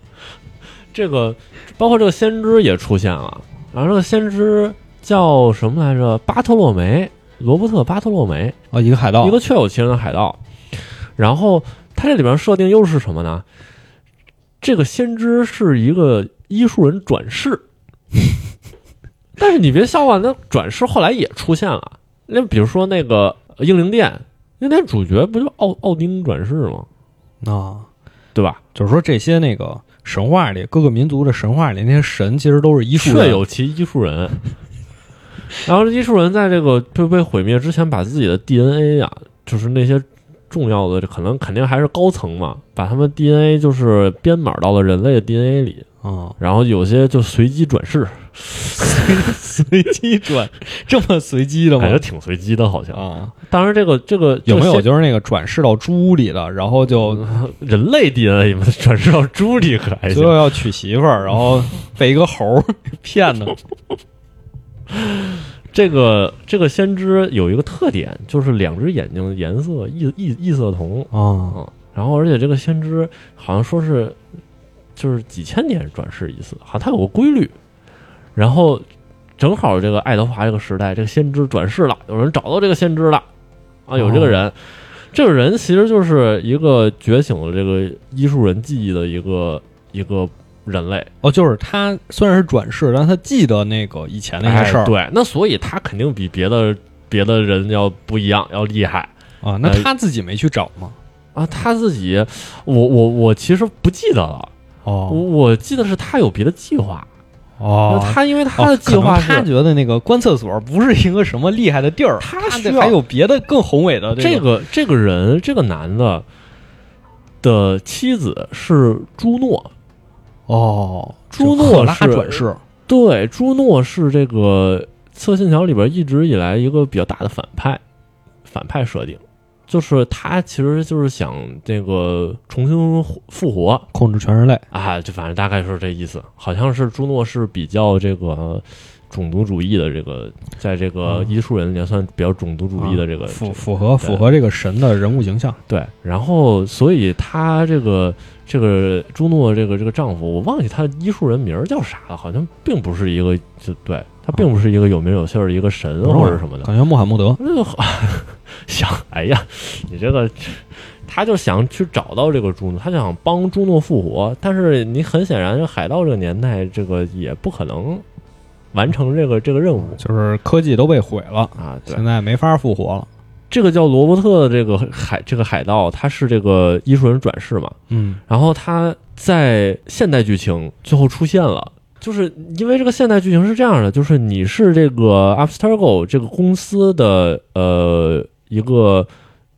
[SPEAKER 2] 这个包括这个先知也出现了，然后这个先知叫什么来着？巴特洛梅，罗伯特·巴特洛梅。
[SPEAKER 1] 啊，一个海盗
[SPEAKER 2] 一个确有其人的海盗。然后它这里边设定又是什么呢？这个先知是一个医术人转世，但是你别笑话，那转世后来也出现了。那比如说那个呃英灵殿，英灵殿主角不就奥奥丁转世吗？
[SPEAKER 1] 啊，
[SPEAKER 2] 对吧？
[SPEAKER 1] 就是说这些那个神话里各个民族的神话里那些神其实都是一术
[SPEAKER 2] 确
[SPEAKER 1] 人
[SPEAKER 2] 有其医术人。 然后这医术人在这个被被毁灭之前，把自己的 DNA 啊，就是那些重要的，可能肯定还是高层嘛，把他们 DNA 就是编码到了人类的 DNA 里，
[SPEAKER 1] 啊，
[SPEAKER 2] 然后有些就随机转世，
[SPEAKER 1] 随机转这么随机的吗
[SPEAKER 2] 感？觉挺随机的，好像。
[SPEAKER 1] 啊，
[SPEAKER 2] 当然，这个这个
[SPEAKER 1] 有没有
[SPEAKER 2] 这个
[SPEAKER 1] 就是那个转世到猪里的，然后就
[SPEAKER 2] 先人类 DNA 嘛，转世到猪里可还
[SPEAKER 1] 最
[SPEAKER 2] 嗯行
[SPEAKER 1] 后？要娶媳妇儿，然后被一个猴儿 骗的
[SPEAKER 2] 这个这个先知有一个特点，就是两只眼睛的颜色异异异色同，
[SPEAKER 1] 啊
[SPEAKER 2] 然后而且这个先知好像说是就是几千年转世一次，好像它有个规律。然后正好这个爱德华这个时代，这个先知转世了，有人找到这个先知了啊，有这个
[SPEAKER 1] 哦
[SPEAKER 2] 人。这个人其实就是一个觉醒了这个医术人记忆的一个一个人类，
[SPEAKER 1] 哦，就是他虽然是转世，但他记得那个以前那
[SPEAKER 2] 哎
[SPEAKER 1] 个事儿、
[SPEAKER 2] 对，那所以他肯定比别的别的人要不一样，要厉害。
[SPEAKER 1] 啊，那
[SPEAKER 2] 哎
[SPEAKER 1] 他自己没去找吗？
[SPEAKER 2] 啊，他自己，我我我其实不记得了，我
[SPEAKER 1] 哦
[SPEAKER 2] 我记得是他有别的计划，那
[SPEAKER 1] 哦，
[SPEAKER 2] 他因为他的计
[SPEAKER 1] 哦
[SPEAKER 2] 划
[SPEAKER 1] 可能他
[SPEAKER 2] 是，
[SPEAKER 1] 觉得那个观测所不是一个什么厉害的地儿，
[SPEAKER 2] 他
[SPEAKER 1] 他
[SPEAKER 2] 需
[SPEAKER 1] 得
[SPEAKER 2] 要
[SPEAKER 1] 还有别的更宏伟的
[SPEAKER 2] 这
[SPEAKER 1] 个
[SPEAKER 2] 个这个人这个男的的妻子是朱诺，
[SPEAKER 1] 哦，
[SPEAKER 2] 朱
[SPEAKER 1] 就赫
[SPEAKER 2] 诺
[SPEAKER 1] 拉
[SPEAKER 2] 是
[SPEAKER 1] 转世
[SPEAKER 2] 对，朱诺是这个《刺客信条》里边一直以来一个比较大的反派，反派设定。就是他其实就是想这个重新复活
[SPEAKER 1] 控制全人类
[SPEAKER 2] 啊，就反正大概是这意思。好像是朱诺是比较这个种族主义的这个，在这
[SPEAKER 1] 哦
[SPEAKER 2] 个医术人里面算比较种族主义的这个、
[SPEAKER 1] 啊
[SPEAKER 2] 这
[SPEAKER 1] 符
[SPEAKER 2] 个
[SPEAKER 1] 符合
[SPEAKER 2] 对
[SPEAKER 1] 符合这个神的人物形象
[SPEAKER 2] 对，然后所以她这个这个朱诺这个这个丈夫，我忘记他医术人名儿叫啥了，好像并不是一个就对他并不是一个有名有姓儿的一个神或者什么的。
[SPEAKER 1] 感觉穆罕默德
[SPEAKER 2] 那就 想，哎呀，你这个，他就想去找到这个朱诺，他就想帮朱诺复活，但是你很显然，这海盗这个年代，这个也不可能完成这个这个任务
[SPEAKER 1] 就是科技都被毁了，
[SPEAKER 2] 啊。对，
[SPEAKER 1] 现在没法复活了。
[SPEAKER 2] 这个叫罗伯特的这个海这个海盗，他是这个医术人转世嘛，
[SPEAKER 1] 嗯，
[SPEAKER 2] 然后他在现代剧情最后出现了，就是因为这个现代剧情是这样的，就是你是这个 Abstergo 这个公司的呃一个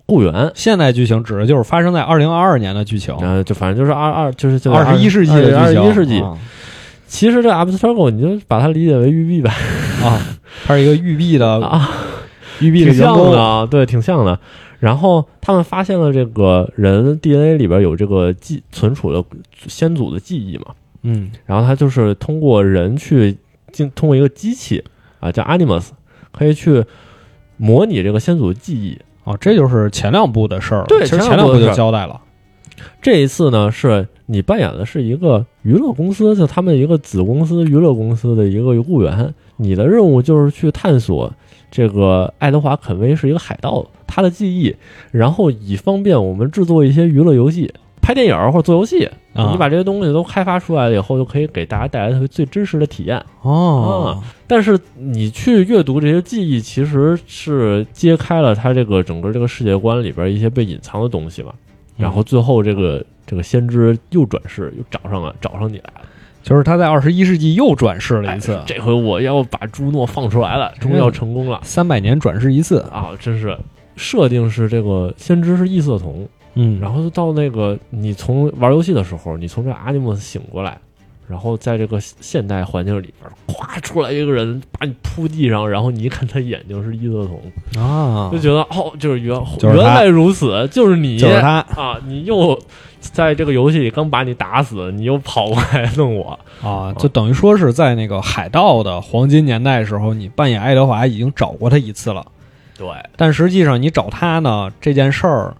[SPEAKER 2] 雇员，
[SPEAKER 1] 现代剧情指的就是发生在二零二二年的剧情，
[SPEAKER 2] 然后就反正就是二二就是
[SPEAKER 1] 二十一世纪的
[SPEAKER 2] 二
[SPEAKER 1] 剧情，
[SPEAKER 2] 十一世纪。
[SPEAKER 1] 啊
[SPEAKER 2] 其实这 Abstergo 你就把它理解为育碧吧，
[SPEAKER 1] 啊，他是一个育碧的
[SPEAKER 2] 啊，
[SPEAKER 1] 育碧的
[SPEAKER 2] 挺
[SPEAKER 1] 员
[SPEAKER 2] 像
[SPEAKER 1] 工
[SPEAKER 2] 的，啊，对，挺像的。然后他们发现了这个人 DNA 里边有这个记存储的先祖的记忆嘛，
[SPEAKER 1] 嗯
[SPEAKER 2] 然后他就是通过人去进通过一个机器啊叫 Animus，可以去模拟这个先祖记忆。
[SPEAKER 1] 哦，这就是前两部的事儿了。
[SPEAKER 2] 对
[SPEAKER 1] 其实
[SPEAKER 2] 前
[SPEAKER 1] 前
[SPEAKER 2] 两
[SPEAKER 1] 两
[SPEAKER 2] 部
[SPEAKER 1] 部
[SPEAKER 2] 的事儿
[SPEAKER 1] 就交代了。
[SPEAKER 2] 这一次呢，是你扮演的是一个娱乐公司，就他们一个子公司娱乐公司的一个雇员。你的任务就是去探索这个爱德华·肯威是一个海盗，他的记忆，然后以方便我们制作一些娱乐游戏、拍电影儿或者做游戏。
[SPEAKER 1] 啊
[SPEAKER 2] 你把这些东西都开发出来了以后，就可以给大家带来最真实的体验。
[SPEAKER 1] 哦，
[SPEAKER 2] 但是你去阅读这些记忆，其实是揭开了他这个整个这个世界观里边一些被隐藏的东西嘛。然
[SPEAKER 1] 嗯
[SPEAKER 2] 后最后这个这个先知又转世，又找上了，找上你来了。
[SPEAKER 1] 就是他在二十一世纪又转世了
[SPEAKER 2] 哎
[SPEAKER 1] 一次，
[SPEAKER 2] 这回我要把朱诺放出来了，终于要成功了
[SPEAKER 1] 三百年转世一次。
[SPEAKER 2] 嗯啊！真是设定是这个先知是异色瞳，
[SPEAKER 1] 嗯
[SPEAKER 2] 然后到那个你从玩游戏的时候，你从这阿尼莫斯醒过来，然后在这个现代环境里边，咵出来一个人把你扑地上，然后你一看他眼睛是异色瞳，
[SPEAKER 1] 啊
[SPEAKER 2] 就，觉得哦，就是原
[SPEAKER 1] 就是
[SPEAKER 2] 原
[SPEAKER 1] 他
[SPEAKER 2] 来如此，就是你，
[SPEAKER 1] 就是他
[SPEAKER 2] 啊！你又在这个游戏里刚把你打死，你又跑过来弄 我，
[SPEAKER 1] 啊，就等于说是在那个海盗的黄金年代时候，你扮演爱德华已经找过他一次了，
[SPEAKER 2] 对
[SPEAKER 1] 但实际上你找他呢这件事儿，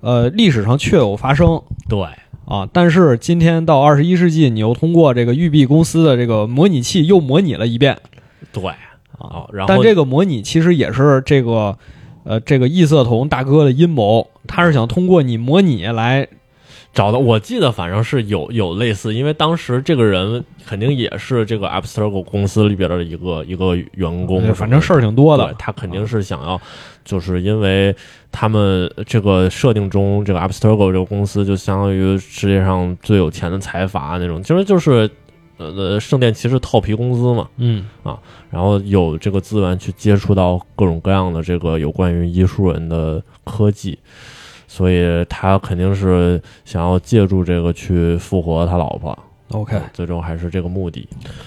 [SPEAKER 1] 呃，历史上确有发生。
[SPEAKER 2] 对，
[SPEAKER 1] 啊！但是今天到二十一世纪，你又通过这个育碧公司的这个模拟器又模拟了一遍
[SPEAKER 2] 对
[SPEAKER 1] 啊
[SPEAKER 2] 哦，然后
[SPEAKER 1] 但这个模拟其实也是这个，呃，这个异色瞳大哥的阴谋，他是想通过你模拟来，
[SPEAKER 2] 找到我记得反正是有有类似，因为当时这个人肯定也是这个 Abstergo 公司里边的一个一个员工什么的，
[SPEAKER 1] 呃反正事儿挺多
[SPEAKER 2] 对
[SPEAKER 1] 的。
[SPEAKER 2] 他肯定是想要，就是因为他们这个设定中，这个 Abstergo 这个公司就相当于世界上最有钱的财阀那种，其实就是呃呃圣殿骑士套皮公司嘛，
[SPEAKER 1] 嗯
[SPEAKER 2] 然后有这个资源去接触到各种各样的这个有关于医术人的科技。所以他肯定是想要借助这个去复活他老婆，
[SPEAKER 1] ，OK，
[SPEAKER 2] 啊最终还是这个目的。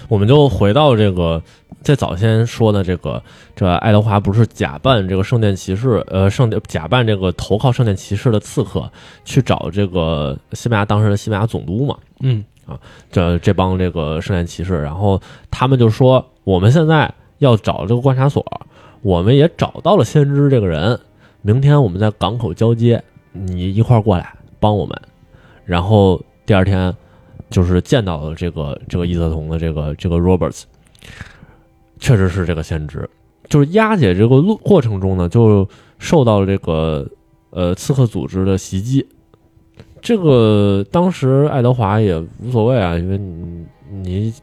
[SPEAKER 2] 我们就回到这个在早先说的这个，这爱德华不是假扮这个圣殿骑士，呃，圣殿假扮这个投靠圣殿骑士的刺客去找这个西班牙当时的西班牙总督嘛，
[SPEAKER 1] 嗯
[SPEAKER 2] 这这帮这个圣殿骑士，然后他们就说我们现在要找这个观察所，我们也找到了先知这个人，明天我们在港口交接，你一块儿过来帮我们。然后第二天就是见到了这个这个异色瞳的这个这个 Roberts，确实是这个先知。就是押解这个路过程中呢，就受到了这个呃刺客组织的袭击。这个当时爱德华也无所谓啊，因为你你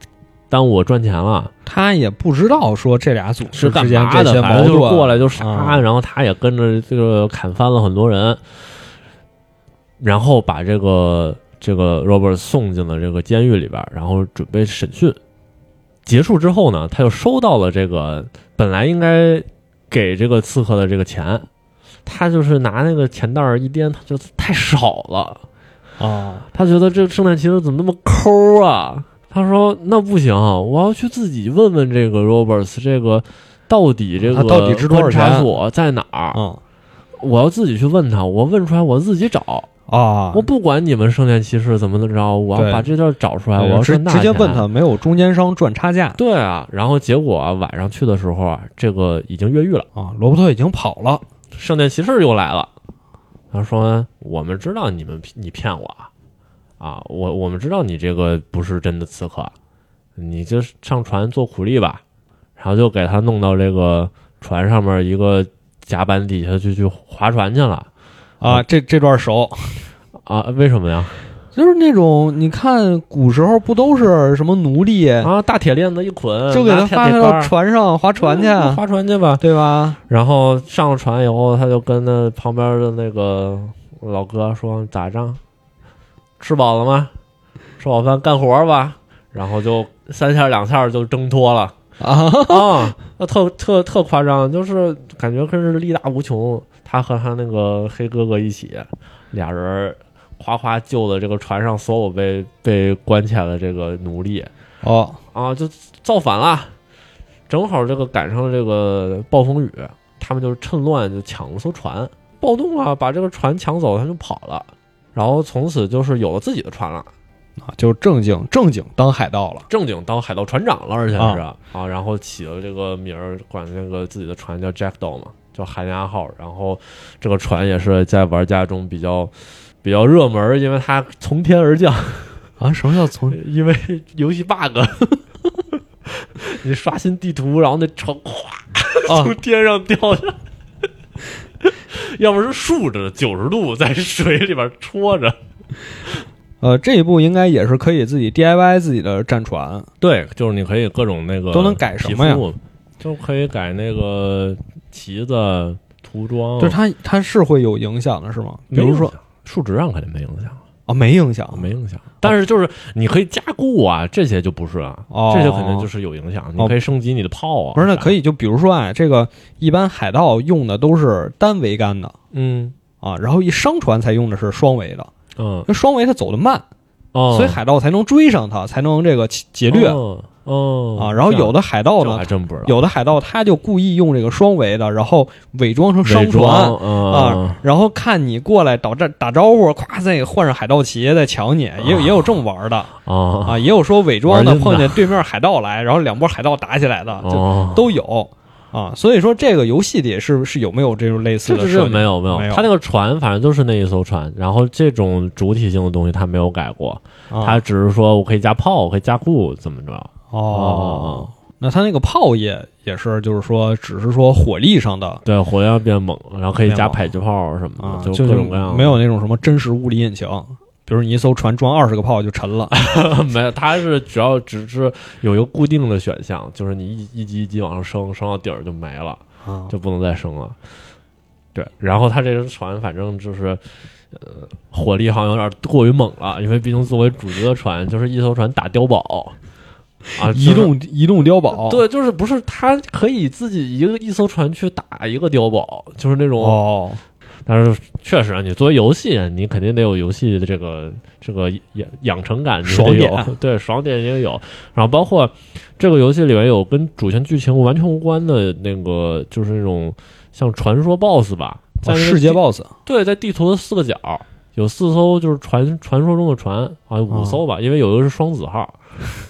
[SPEAKER 2] 耽误我赚钱了，
[SPEAKER 1] 他也不知道说这俩组织
[SPEAKER 2] 干
[SPEAKER 1] 之间
[SPEAKER 2] 嘛
[SPEAKER 1] 这些
[SPEAKER 2] 的？反
[SPEAKER 1] 矛
[SPEAKER 2] 正
[SPEAKER 1] 盾
[SPEAKER 2] 就是过来就杀，
[SPEAKER 1] 啊
[SPEAKER 2] 然后他也跟着这个砍翻了很多人，然后把这个这个 Robert 送进了这个监狱里边，然后准备审讯。结束之后呢，他又收到了这个本来应该给这个刺客的这个钱，他就是拿那个钱袋儿一掂，他就太少了。
[SPEAKER 1] 啊，
[SPEAKER 2] 他觉得这圣诞骑士怎么那么抠啊？他说：“那不行，我要去自己问问这个 Roberts，这个到底这个
[SPEAKER 1] 他到底值多少钱
[SPEAKER 2] 观察所在哪儿？
[SPEAKER 1] 嗯
[SPEAKER 2] 我要自己去问他，我问出来我自己找，
[SPEAKER 1] 啊
[SPEAKER 2] 我，不管你们圣殿骑士怎么怎么着，我要
[SPEAKER 1] 对
[SPEAKER 2] 把这段找出来，我
[SPEAKER 1] 对
[SPEAKER 2] 要
[SPEAKER 1] 直
[SPEAKER 2] 赚大
[SPEAKER 1] 直接
[SPEAKER 2] 钱
[SPEAKER 1] 问他，没有中间商赚差价
[SPEAKER 2] 对啊，然后结果啊，晚上去的时候啊，这个已经越狱了，
[SPEAKER 1] 啊，罗伯特已经跑了
[SPEAKER 2] 圣殿骑士又来了，他说：“我们知道你们你骗我啊，啊，我我们知道你这个不是真的刺客，你就上船做苦力吧。”然后就给他弄到这个船上面一个甲板底下去去划船去了嗯
[SPEAKER 1] 啊，这这段熟。
[SPEAKER 2] 啊？为什 么呀？
[SPEAKER 1] 就是那种你看古时候不都是什么奴隶，
[SPEAKER 2] 啊，大铁链子一捆，
[SPEAKER 1] 就给
[SPEAKER 2] 拿
[SPEAKER 1] 他
[SPEAKER 2] 铁
[SPEAKER 1] 发配
[SPEAKER 2] 铁
[SPEAKER 1] 到
[SPEAKER 2] 杆儿
[SPEAKER 1] 船上划船去，啊
[SPEAKER 2] 嗯划船去吧。
[SPEAKER 1] 对吧？
[SPEAKER 2] 然后上了船以后，他就跟那旁边的那个老哥说：“咋着？吃饱了吗？吃饱饭干活吧。”然后就三下两下就挣脱了
[SPEAKER 1] 啊，
[SPEAKER 2] 啊！那特特特夸张，就是感觉真是力大无穷。他和他那个黑哥哥一起，俩人夸夸救了这个船上所有被被关起来的这个奴隶
[SPEAKER 1] 哦，
[SPEAKER 2] 啊，就造反了。正好这个赶上了这个暴风雨，他们就趁乱就抢了艘船，暴动啊，把这个船抢走，他们就跑了。然后从此就是有了自己的船了，
[SPEAKER 1] 啊就正经正经当海盗了。
[SPEAKER 2] 正经当海盗船长了，而且是啊然后起了这个名儿，管那个自己的船叫 Jackdaw 嘛，叫寒鸦号。然后这个船也是在玩家中比较比较热门儿，因为它从天而降，
[SPEAKER 1] 啊，什么叫从
[SPEAKER 2] 因为游戏 bug。你刷新地图，然后那船哗
[SPEAKER 1] 啊
[SPEAKER 2] 从天上掉下来， 要么是竖着九十度在水里边戳着，
[SPEAKER 1] 呃，这一步应该也是可以自己 DIY 自己的战船，
[SPEAKER 2] 对，就是你可以各种那个
[SPEAKER 1] 都能改什么呀
[SPEAKER 2] 皮肤？就可以改那个旗子、涂装，
[SPEAKER 1] 就是它它是会有影响的，是吗？比
[SPEAKER 2] 没影
[SPEAKER 1] 如
[SPEAKER 2] 响
[SPEAKER 1] 说
[SPEAKER 2] 数值上肯定没影响，
[SPEAKER 1] 啊，没影响，
[SPEAKER 2] 没影响。但是就是你可以加固啊，这些就不是啊，
[SPEAKER 1] 哦
[SPEAKER 2] 这些肯定就是有影响。你可以升级你的炮啊，
[SPEAKER 1] 不是，那可
[SPEAKER 2] 以，
[SPEAKER 1] 以就比如说啊，这个一般海盗用的都是单桅杆的
[SPEAKER 2] 嗯
[SPEAKER 1] 啊，然后一商船才用的是双桅的，
[SPEAKER 2] 嗯
[SPEAKER 1] 因为双桅它走得慢，
[SPEAKER 2] 哦，
[SPEAKER 1] 所以海盗才能追上它，才能这个劫劫掠
[SPEAKER 2] 哦哦
[SPEAKER 1] 啊。然后有
[SPEAKER 2] 的
[SPEAKER 1] 的海盗呢
[SPEAKER 2] 还，真不知道
[SPEAKER 1] 有的海盗他就故意用这个双桅的，然后伪装成商
[SPEAKER 2] 伪
[SPEAKER 1] 船
[SPEAKER 2] 装嗯
[SPEAKER 1] 啊，然后看你过来打这打招呼，咵再换上海盗旗再抢你，也有也有这么玩的
[SPEAKER 2] 啊
[SPEAKER 1] 啊，也有说伪装的
[SPEAKER 2] 玩阴的
[SPEAKER 1] 碰见对面海盗来，然后两波海盗打起来的，啊就
[SPEAKER 2] 哦
[SPEAKER 1] 都有啊。所以说这个游戏里是是有没有这种类似
[SPEAKER 2] 这
[SPEAKER 1] 的
[SPEAKER 2] 这
[SPEAKER 1] 设
[SPEAKER 2] 这
[SPEAKER 1] 计？
[SPEAKER 2] 没有没
[SPEAKER 1] 没有
[SPEAKER 2] 有，他那个船反正就是那一艘船，然后这种主体性的东西他没有改过，
[SPEAKER 1] 啊
[SPEAKER 2] 他只是说我可以加炮，我可以加固，怎么着？
[SPEAKER 1] 哦，那他那个炮也也是，就是说只是说火力上的啊
[SPEAKER 2] 对，火药变猛，然后可以
[SPEAKER 1] 变
[SPEAKER 2] 加
[SPEAKER 1] 猛
[SPEAKER 2] 迫击炮什
[SPEAKER 1] 啊
[SPEAKER 2] 么，
[SPEAKER 1] 就
[SPEAKER 2] 的，嗯就是各种各样的。
[SPEAKER 1] 没有那种什么真实物理引擎。比如你一艘船装二十个炮就沉了，
[SPEAKER 2] 没有，它是只要只是有一个固定的选项，就是你一一级一级往上升，升到底儿就没了，
[SPEAKER 1] 啊
[SPEAKER 2] 就不能再升了。对，然后它这只船反正就是，呃，火力好像有点过于猛了，因为毕竟作为主角的船，就是一艘船打碉堡啊，
[SPEAKER 1] 移
[SPEAKER 2] 就是
[SPEAKER 1] 动移动碉堡，
[SPEAKER 2] 对，就是不是它可以自己一个一艘船去打一个碉堡，就是那种
[SPEAKER 1] 哦，
[SPEAKER 2] 但是确实啊，你作为游戏，你肯定得有游戏的这个这个养养成感，你得
[SPEAKER 1] 爽点啊
[SPEAKER 2] 有对爽点也有。然后包括这个游戏里面有跟主线剧情完全无关的那个，就是那种像传说 BOSS 吧，在
[SPEAKER 1] 哦
[SPEAKER 2] 那个
[SPEAKER 1] 世界
[SPEAKER 2] 地
[SPEAKER 1] BOSS
[SPEAKER 2] 对，在地图的四个角有四艘就是传传说中的船啊，
[SPEAKER 1] 啊
[SPEAKER 2] 五艘吧，因为有一个是双子号，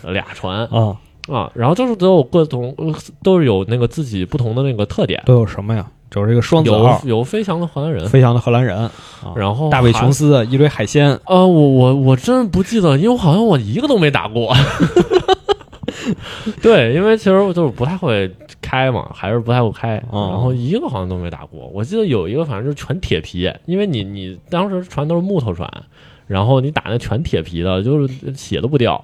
[SPEAKER 2] 俩船
[SPEAKER 1] 啊
[SPEAKER 2] 啊，然后就是都有各种都是有那个自己不同的那个特点，
[SPEAKER 1] 都有什么呀？就是这个双子
[SPEAKER 2] 有哦
[SPEAKER 1] 号，
[SPEAKER 2] 有飞翔的荷兰人。
[SPEAKER 1] 飞翔的荷兰人，啊
[SPEAKER 2] 然后
[SPEAKER 1] 大卫
[SPEAKER 2] 还
[SPEAKER 1] 琼斯，一堆海鲜，
[SPEAKER 2] 呃，我我我真不记得，因为我好像我一个都没打过。 对，因为其实我就是不太会开嘛，还是不太会开，
[SPEAKER 1] 哦
[SPEAKER 2] 然后一个好像都没打过。我记得有一个，反正就是全铁皮，因为你你当时船都是木头船，然后你打那全铁皮的，就是血都不掉。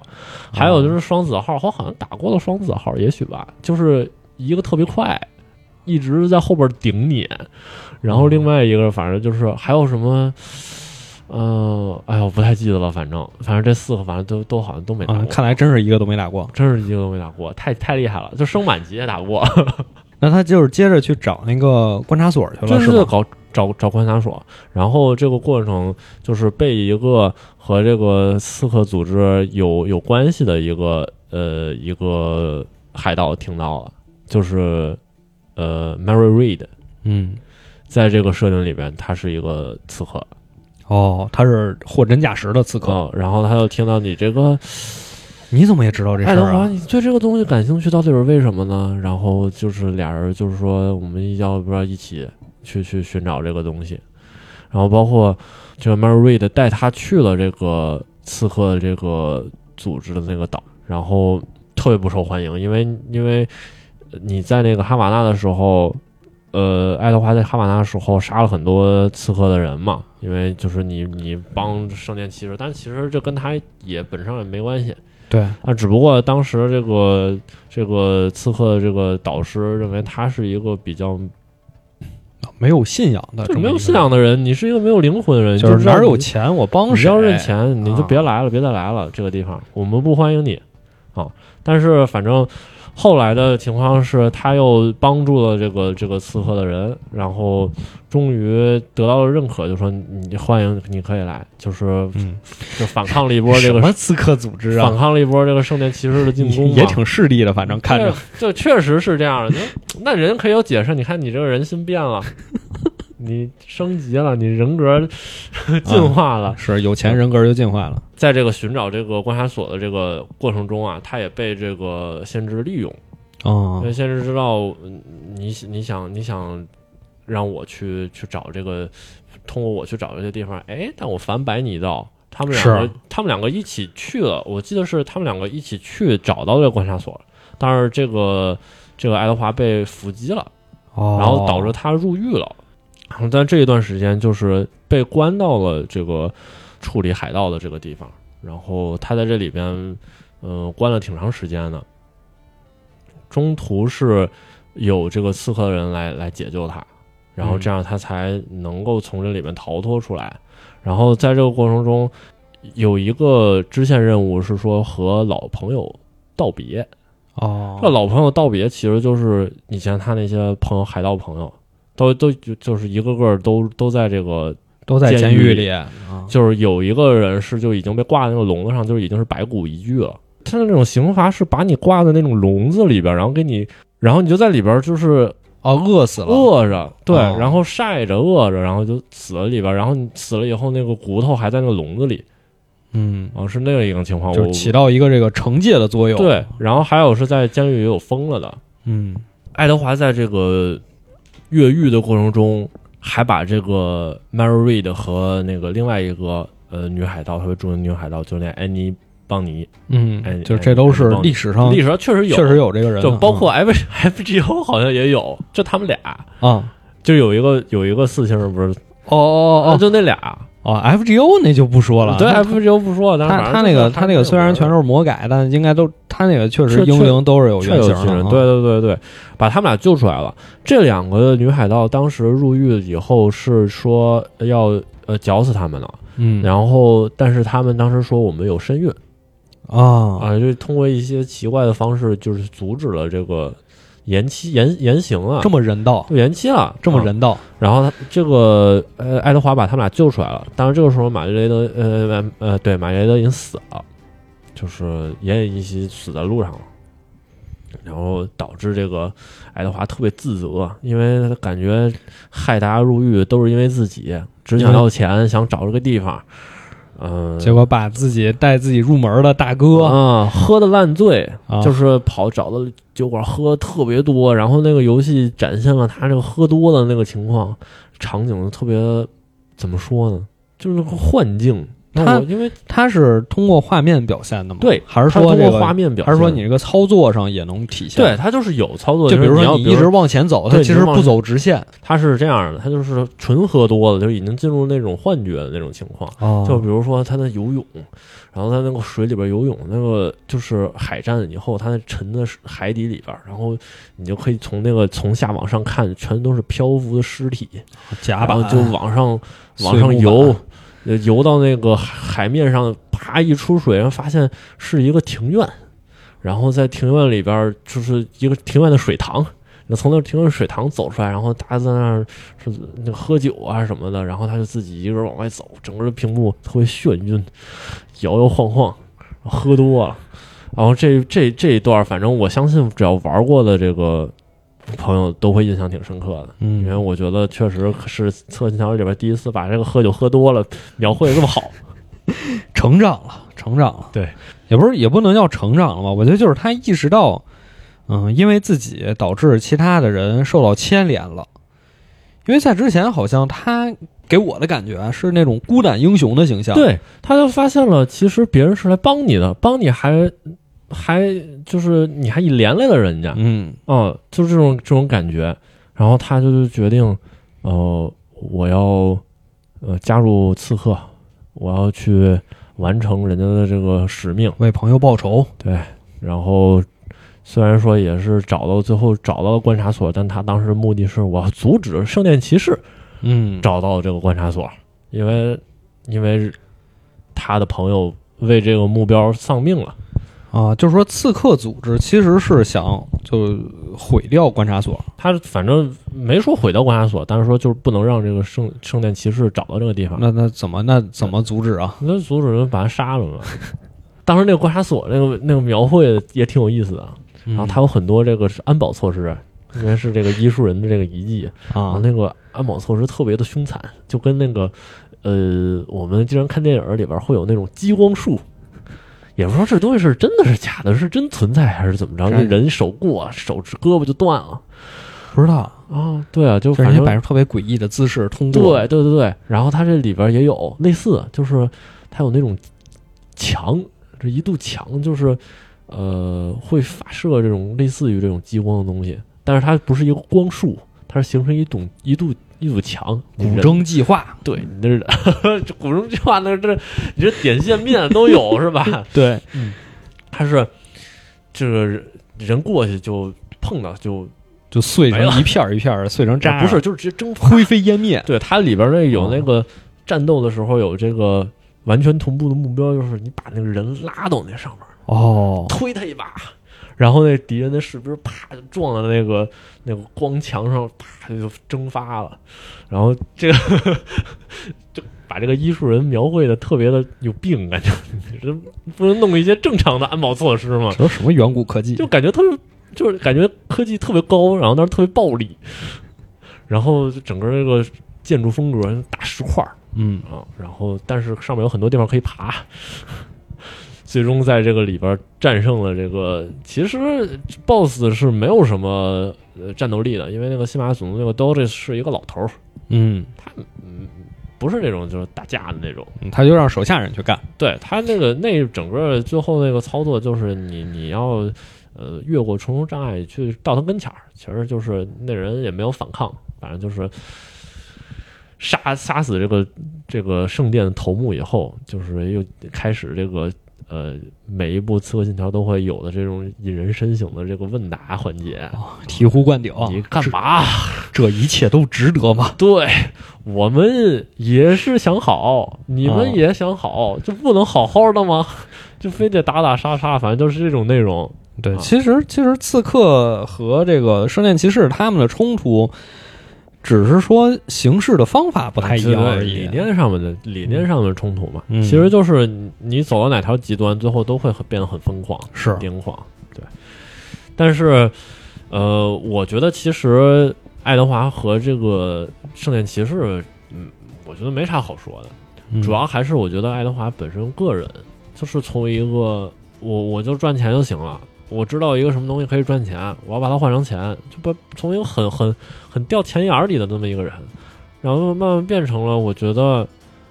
[SPEAKER 2] 还有就是双子号，我好像打过了双子号，也许吧，就是一个特别快，一直在后边顶你，然后另外一个反正就是还有什么。呃，哎呀，我不太记得了，反正反正这四个反正都都好像都没打过，
[SPEAKER 1] 啊，看来真是一个都没打过。
[SPEAKER 2] 真是一个都没打过，太太厉害了，就升满级也打 不过，
[SPEAKER 1] 那他就是接着去找那个观察所去
[SPEAKER 2] 就
[SPEAKER 1] 了，
[SPEAKER 2] 是
[SPEAKER 1] 吧？
[SPEAKER 2] 搞找找观察所，然后这个过程就是被一个和这个刺客组织有有关系的一个呃一个海盗听到了，就是呃 Mary Reed
[SPEAKER 1] 嗯，
[SPEAKER 2] 在这个设定里边，他是一个刺客，
[SPEAKER 1] 哦，他是货真价实的刺客，
[SPEAKER 2] 嗯，然后他就听到你这个
[SPEAKER 1] 你怎么也知道这事
[SPEAKER 2] 爱德
[SPEAKER 1] 儿
[SPEAKER 2] 哎华，
[SPEAKER 1] 啊？
[SPEAKER 2] 你对这个东西感兴趣到底是为什么呢？然后就是俩人就是说，我们要不要一起去去寻找这个东西？然后包括这个 Mary Reed 带他去了这个刺客的这个组织的那个岛，然后特别不受欢迎，因为因为你在那个哈瓦那的时候。呃，爱德华在哈瓦那的时候杀了很多刺客的人嘛，因为就是你你帮圣殿骑士，但其实这跟他也本身也没关系，
[SPEAKER 1] 对，
[SPEAKER 2] 啊，只不过当时这个这个刺客的这个导师认为他是一个比较
[SPEAKER 1] 没有信仰的，
[SPEAKER 2] 就没有信，仰的人，你是一个没有灵魂的人，
[SPEAKER 1] 就是
[SPEAKER 2] 是
[SPEAKER 1] 哪儿
[SPEAKER 2] 让
[SPEAKER 1] 有
[SPEAKER 2] 你
[SPEAKER 1] 钱我帮
[SPEAKER 2] 你
[SPEAKER 1] 谁，
[SPEAKER 2] 要认钱，你就
[SPEAKER 1] 啊
[SPEAKER 2] 别来了，别再来了，这个地方我们不欢迎你啊。但是反正后来的情况是，他又帮助了这个这个刺客的人，然后终于得到了认可，就说你欢迎你可以来，就是
[SPEAKER 1] 嗯，
[SPEAKER 2] 就反抗了一波这
[SPEAKER 1] 什
[SPEAKER 2] 个
[SPEAKER 1] 么刺客组织啊
[SPEAKER 2] 反，抗了一波这个圣殿骑士的进攻嘛，
[SPEAKER 1] 也挺势利的，反正看 着
[SPEAKER 2] 这，这确实是这样的。那那人可以有解释，你看你这个人心 变了，你升级了，你人格
[SPEAKER 1] 啊
[SPEAKER 2] 进化了。
[SPEAKER 1] 是有钱人格就进化了。
[SPEAKER 2] 在这个寻找这个观察所的这个过程中啊，他也被这个限制利用，因
[SPEAKER 1] 哦
[SPEAKER 2] 为限制知道嗯你你想你想让我去去找这个，通过我去找这些地方，哎，但我反摆你一道。他们两个
[SPEAKER 1] 是，
[SPEAKER 2] 他们两个一起去了。我记得是他们两个一起去找到这个观察所，但是这个这个爱德华被伏击了，
[SPEAKER 1] 哦，
[SPEAKER 2] 然后导致他入狱了。然后在这一段时间，就是被关到了这个处理海盗的这个地方。然后他在这里边，嗯、关了挺长时间的。中途是有这个刺客人来来解救他，然后这样他才能够从这里面逃脱出来。然后在这个过程中，有一个支线任务是说和老朋友道别，
[SPEAKER 1] 哦，
[SPEAKER 2] 这老朋友道别，其实就是以前他那些朋友，海盗朋友，都都就就是一个个都都在这个，
[SPEAKER 1] 都在监
[SPEAKER 2] 监
[SPEAKER 1] 狱
[SPEAKER 2] 狱
[SPEAKER 1] 里啊，
[SPEAKER 2] 就是有一个人是就已经被挂在那个笼子上，就是已经是白骨一具了。他的那种刑罚是把你挂在那种笼子里边，然后给你，然后你就在里边就是
[SPEAKER 1] 哦，饿死了，
[SPEAKER 2] 饿着，对，
[SPEAKER 1] 哦
[SPEAKER 2] 然后晒着饿着，然后就死了里边，然后你死了以后那个骨头还在那个笼子里，
[SPEAKER 1] 嗯，
[SPEAKER 2] 啊，是那样一个情况。
[SPEAKER 1] 就是
[SPEAKER 2] 我
[SPEAKER 1] 起到一个这个惩戒的作用。，
[SPEAKER 2] 对，然后还有是在监狱也有疯了的，
[SPEAKER 1] 嗯，
[SPEAKER 2] 爱德华在这个越狱的过程中，还把这个 Mary Read 和那个另外一个呃女海盗，特别著名的女海盗，就那安妮邦尼，哎
[SPEAKER 1] 嗯，就是这都是历史上
[SPEAKER 2] 历史上确实有，
[SPEAKER 1] 啊确实有这个人啊，
[SPEAKER 2] 就包括 F F G O 好像也有，就他们俩，
[SPEAKER 1] 啊，哦
[SPEAKER 2] 就有一个有一个四星人不是，啊
[SPEAKER 1] 哦哦
[SPEAKER 2] 就那俩，
[SPEAKER 1] 哦哦，FGO 那就不说了，
[SPEAKER 2] 对
[SPEAKER 1] 那
[SPEAKER 2] F G O 不说，但是
[SPEAKER 1] 他
[SPEAKER 2] 反正
[SPEAKER 1] 他
[SPEAKER 2] 就
[SPEAKER 1] 那个
[SPEAKER 2] 是
[SPEAKER 1] 他那个虽然全
[SPEAKER 2] 是
[SPEAKER 1] 都是魔改，但应该都他那个确实
[SPEAKER 2] 确
[SPEAKER 1] 英灵都是有
[SPEAKER 2] 确
[SPEAKER 1] 原
[SPEAKER 2] 有
[SPEAKER 1] 型
[SPEAKER 2] 其
[SPEAKER 1] 的
[SPEAKER 2] 人，
[SPEAKER 1] 啊，
[SPEAKER 2] 对对对对，把他们俩救出来了。这两个女海盗当时入狱以后是说要呃绞死他们的，
[SPEAKER 1] 嗯，
[SPEAKER 2] 然后，但是他们当时说我们有身孕
[SPEAKER 1] 啊，
[SPEAKER 2] 啊，就通过一些奇怪的方式，就是阻止了这个延期延延刑啊
[SPEAKER 1] 这，么人道，
[SPEAKER 2] 就延期了，
[SPEAKER 1] 这么
[SPEAKER 2] 啊。
[SPEAKER 1] 人道，
[SPEAKER 2] 然后他这个呃，爱德华把他们俩救出来了。当然，这个时候玛丽雷德呃呃呃，对，玛丽雷德已经死了，就是奄奄一息死在路上了。然后导致这个爱德华特别自责，因为他感觉害大家入狱都是因为自己，只想要钱，想找这个地方。嗯、
[SPEAKER 1] 结果把自己带自己入门的大哥，
[SPEAKER 2] 啊，喝的烂醉，
[SPEAKER 1] 啊
[SPEAKER 2] 就是跑找到酒馆喝得特别多，然后那个游戏展现了他这个喝多的那个情况，场景特别怎么说呢，就是个幻境。那
[SPEAKER 1] 他
[SPEAKER 2] 我因为
[SPEAKER 1] 他是通过画面表现的吗？
[SPEAKER 2] 对
[SPEAKER 1] 还是
[SPEAKER 2] 它
[SPEAKER 1] 说
[SPEAKER 2] 通
[SPEAKER 1] 这
[SPEAKER 2] 过画
[SPEAKER 1] 个，
[SPEAKER 2] 面表
[SPEAKER 1] 还
[SPEAKER 2] 现，
[SPEAKER 1] 是说你这个操作上也能体现？
[SPEAKER 2] 对，它就是有操作，
[SPEAKER 1] 就比如
[SPEAKER 2] 是
[SPEAKER 1] 说
[SPEAKER 2] 要
[SPEAKER 1] 你
[SPEAKER 2] 比
[SPEAKER 1] 一
[SPEAKER 2] 如
[SPEAKER 1] 直往前走，它
[SPEAKER 2] 对
[SPEAKER 1] 其
[SPEAKER 2] 你
[SPEAKER 1] 实
[SPEAKER 2] 往
[SPEAKER 1] 不走直线。
[SPEAKER 2] 它是这样的，它就是纯喝多了，就是已经进入那种幻觉的那种情况。
[SPEAKER 1] 哦
[SPEAKER 2] 就比如说他在游泳，然后在那个水里边游泳，那个就是海战以后，他在沉的是海底里边，然后你就可以从那个从下往上看，全都是漂浮的尸体，
[SPEAKER 1] 甲
[SPEAKER 2] 然
[SPEAKER 1] 板
[SPEAKER 2] 后就往上
[SPEAKER 1] 碎
[SPEAKER 2] 往上
[SPEAKER 1] 木
[SPEAKER 2] 游
[SPEAKER 1] 板，
[SPEAKER 2] 呃游到那个海海面上，啪一出水，然后发现是一个庭院，然后在庭院里边就是一个庭院的水塘。那从那庭院水塘走出来，然后大家在那儿是那喝酒啊什么的，然后他就自己一个人往外走，整个屏幕特别眩晕，摇摇晃晃，喝多了。然后这这这一段，反正我相信只要玩过的这个朋友都会印象挺深刻的。因为
[SPEAKER 1] 嗯，
[SPEAKER 2] 我觉得确实是《侧心条》里边第一次把这个喝酒喝多了描绘得这么好。
[SPEAKER 1] 成长了，成长了。
[SPEAKER 2] 对，
[SPEAKER 1] 也不是也不能叫成长了吧？我觉得就是他意识到，嗯，因为自己导致其他的人受到牵连了。因为在之前，好像他给我的感觉啊是那种孤胆英雄的形象。，
[SPEAKER 2] 对，他就发现了，其实别人是来帮你的，帮你还还就是你还一连累了人家，
[SPEAKER 1] 嗯，
[SPEAKER 2] 嗯，就是这种这种感觉。然后他就决定，呃，我要呃加入刺客，我要去完成人家的这个使命。
[SPEAKER 1] 为朋友报仇。
[SPEAKER 2] 然后虽然说也是找到最后找到了观察所，但他当时目的是我要阻止圣殿骑士
[SPEAKER 1] 嗯，
[SPEAKER 2] 找到这个观察所，因为因为他的朋友为这个目标丧命了，
[SPEAKER 1] 啊，就是说刺客组织其实是想就毁掉观察所，
[SPEAKER 2] 他反正没说毁掉关押所，但是说就是不能让这个圣圣殿骑士找到这个地方，
[SPEAKER 1] 那那怎么那怎么阻止啊？
[SPEAKER 2] 那阻止人把他杀了嘛。 当时那个观察所那个那个描绘也挺有意思的，啊
[SPEAKER 1] 然
[SPEAKER 2] 然后他有很多这个是安保措施，啊因为是这个医术人的这个遗迹，然后
[SPEAKER 1] 啊，
[SPEAKER 2] 那个安保措施特别的凶残，就跟那个呃我们经常看电影里边会有那种激光术。也不知道这东西是真的是假的，是真存在还是怎么着？
[SPEAKER 1] 这
[SPEAKER 2] 那人手过，手指胳膊就断了
[SPEAKER 1] 不知道，
[SPEAKER 2] 啊！对啊，就
[SPEAKER 1] 就是
[SPEAKER 2] 反
[SPEAKER 1] 人
[SPEAKER 2] 正
[SPEAKER 1] 家摆出特别诡异的姿势通过，
[SPEAKER 2] 对对对对，然后它这里边也有类似，就是它有那种墙，这一度墙就是呃会发射这种类似于这种激光的东西，但是它不是一个光束，它是形成一堵一堵一堵墙。你
[SPEAKER 1] 古
[SPEAKER 2] 人
[SPEAKER 1] 筝计划，
[SPEAKER 2] 对，你这是 这古筝计划那这你这点线面都有是吧？
[SPEAKER 1] 对，
[SPEAKER 2] 它是这个人人过去就碰到就
[SPEAKER 1] 就碎
[SPEAKER 2] 没
[SPEAKER 1] 成
[SPEAKER 2] 了
[SPEAKER 1] 一片儿一片儿，碎成渣，
[SPEAKER 2] 不是就是直接蒸发
[SPEAKER 1] 灰飞烟灭，
[SPEAKER 2] 对，它里边儿那有那
[SPEAKER 1] 哦
[SPEAKER 2] 个战斗的时候有这个完全同步的目标，就是你把那个人拉到那上面儿，
[SPEAKER 1] 哦，
[SPEAKER 2] 推他一把，然后那敌人的士兵啪就撞到那个那个光墙上，啪就蒸发了。然后这个就把这个医术人描绘的特别的有病，感觉你这不能弄一些正常的安保措施吗？
[SPEAKER 1] 这都什么远古科技
[SPEAKER 2] 就感觉特别，就是感觉科技特别高，然后但是特别暴力，然后就整个这个建筑风格大石块儿
[SPEAKER 1] 嗯，
[SPEAKER 2] 啊，然后但是上面有很多地方可以爬， 最终在这个里边战胜了这个。其实 BOSS 是没有什么呃战斗力的，因为那个新马总督那个 Doris 是一个老头儿，
[SPEAKER 1] 嗯，
[SPEAKER 2] 不是那种就是打架的那种。
[SPEAKER 1] 嗯他就让手下人去干，
[SPEAKER 2] 对他那个那整个最后那个操作就是你你要呃越过重重障碍去到他跟前儿，其实就是那人也没有反抗，反正就是杀杀死这个这个圣殿头目以后，就是又开始这个呃每一部《刺客信条》都会有的这种引人深省的这个问答环节。
[SPEAKER 1] 哦醍醐灌顶，
[SPEAKER 2] 你干嘛？啊
[SPEAKER 1] 这一切都值得吗？
[SPEAKER 2] 对我们也是想好，你们也想好，就不能好好的 吗？就非得打打杀杀，反正就是这种内容。
[SPEAKER 1] 对，
[SPEAKER 2] 啊
[SPEAKER 1] 其实其实刺客和这个圣殿骑士他们的冲突，只是说行事的方法不太一样
[SPEAKER 2] 啊对
[SPEAKER 1] 而
[SPEAKER 2] 理
[SPEAKER 1] 已。
[SPEAKER 2] 念上面的理念上面的冲突嘛，
[SPEAKER 1] 嗯
[SPEAKER 2] 其实就是你你走到哪条极端，最后都会很变得很疯狂、
[SPEAKER 1] 是，
[SPEAKER 2] 癫狂。对，但是，呃，我觉得其实爱德华和这个圣殿骑士，嗯，我觉得没啥好说的。
[SPEAKER 1] 嗯
[SPEAKER 2] 主要还是我觉得爱德华本身个人就是从一个我我就赚钱就行了，我知道一个什么东西可以赚钱，我要把它换成钱，就不从一个很很很掉钱眼儿里的那么一个人，然后慢慢变成了我觉得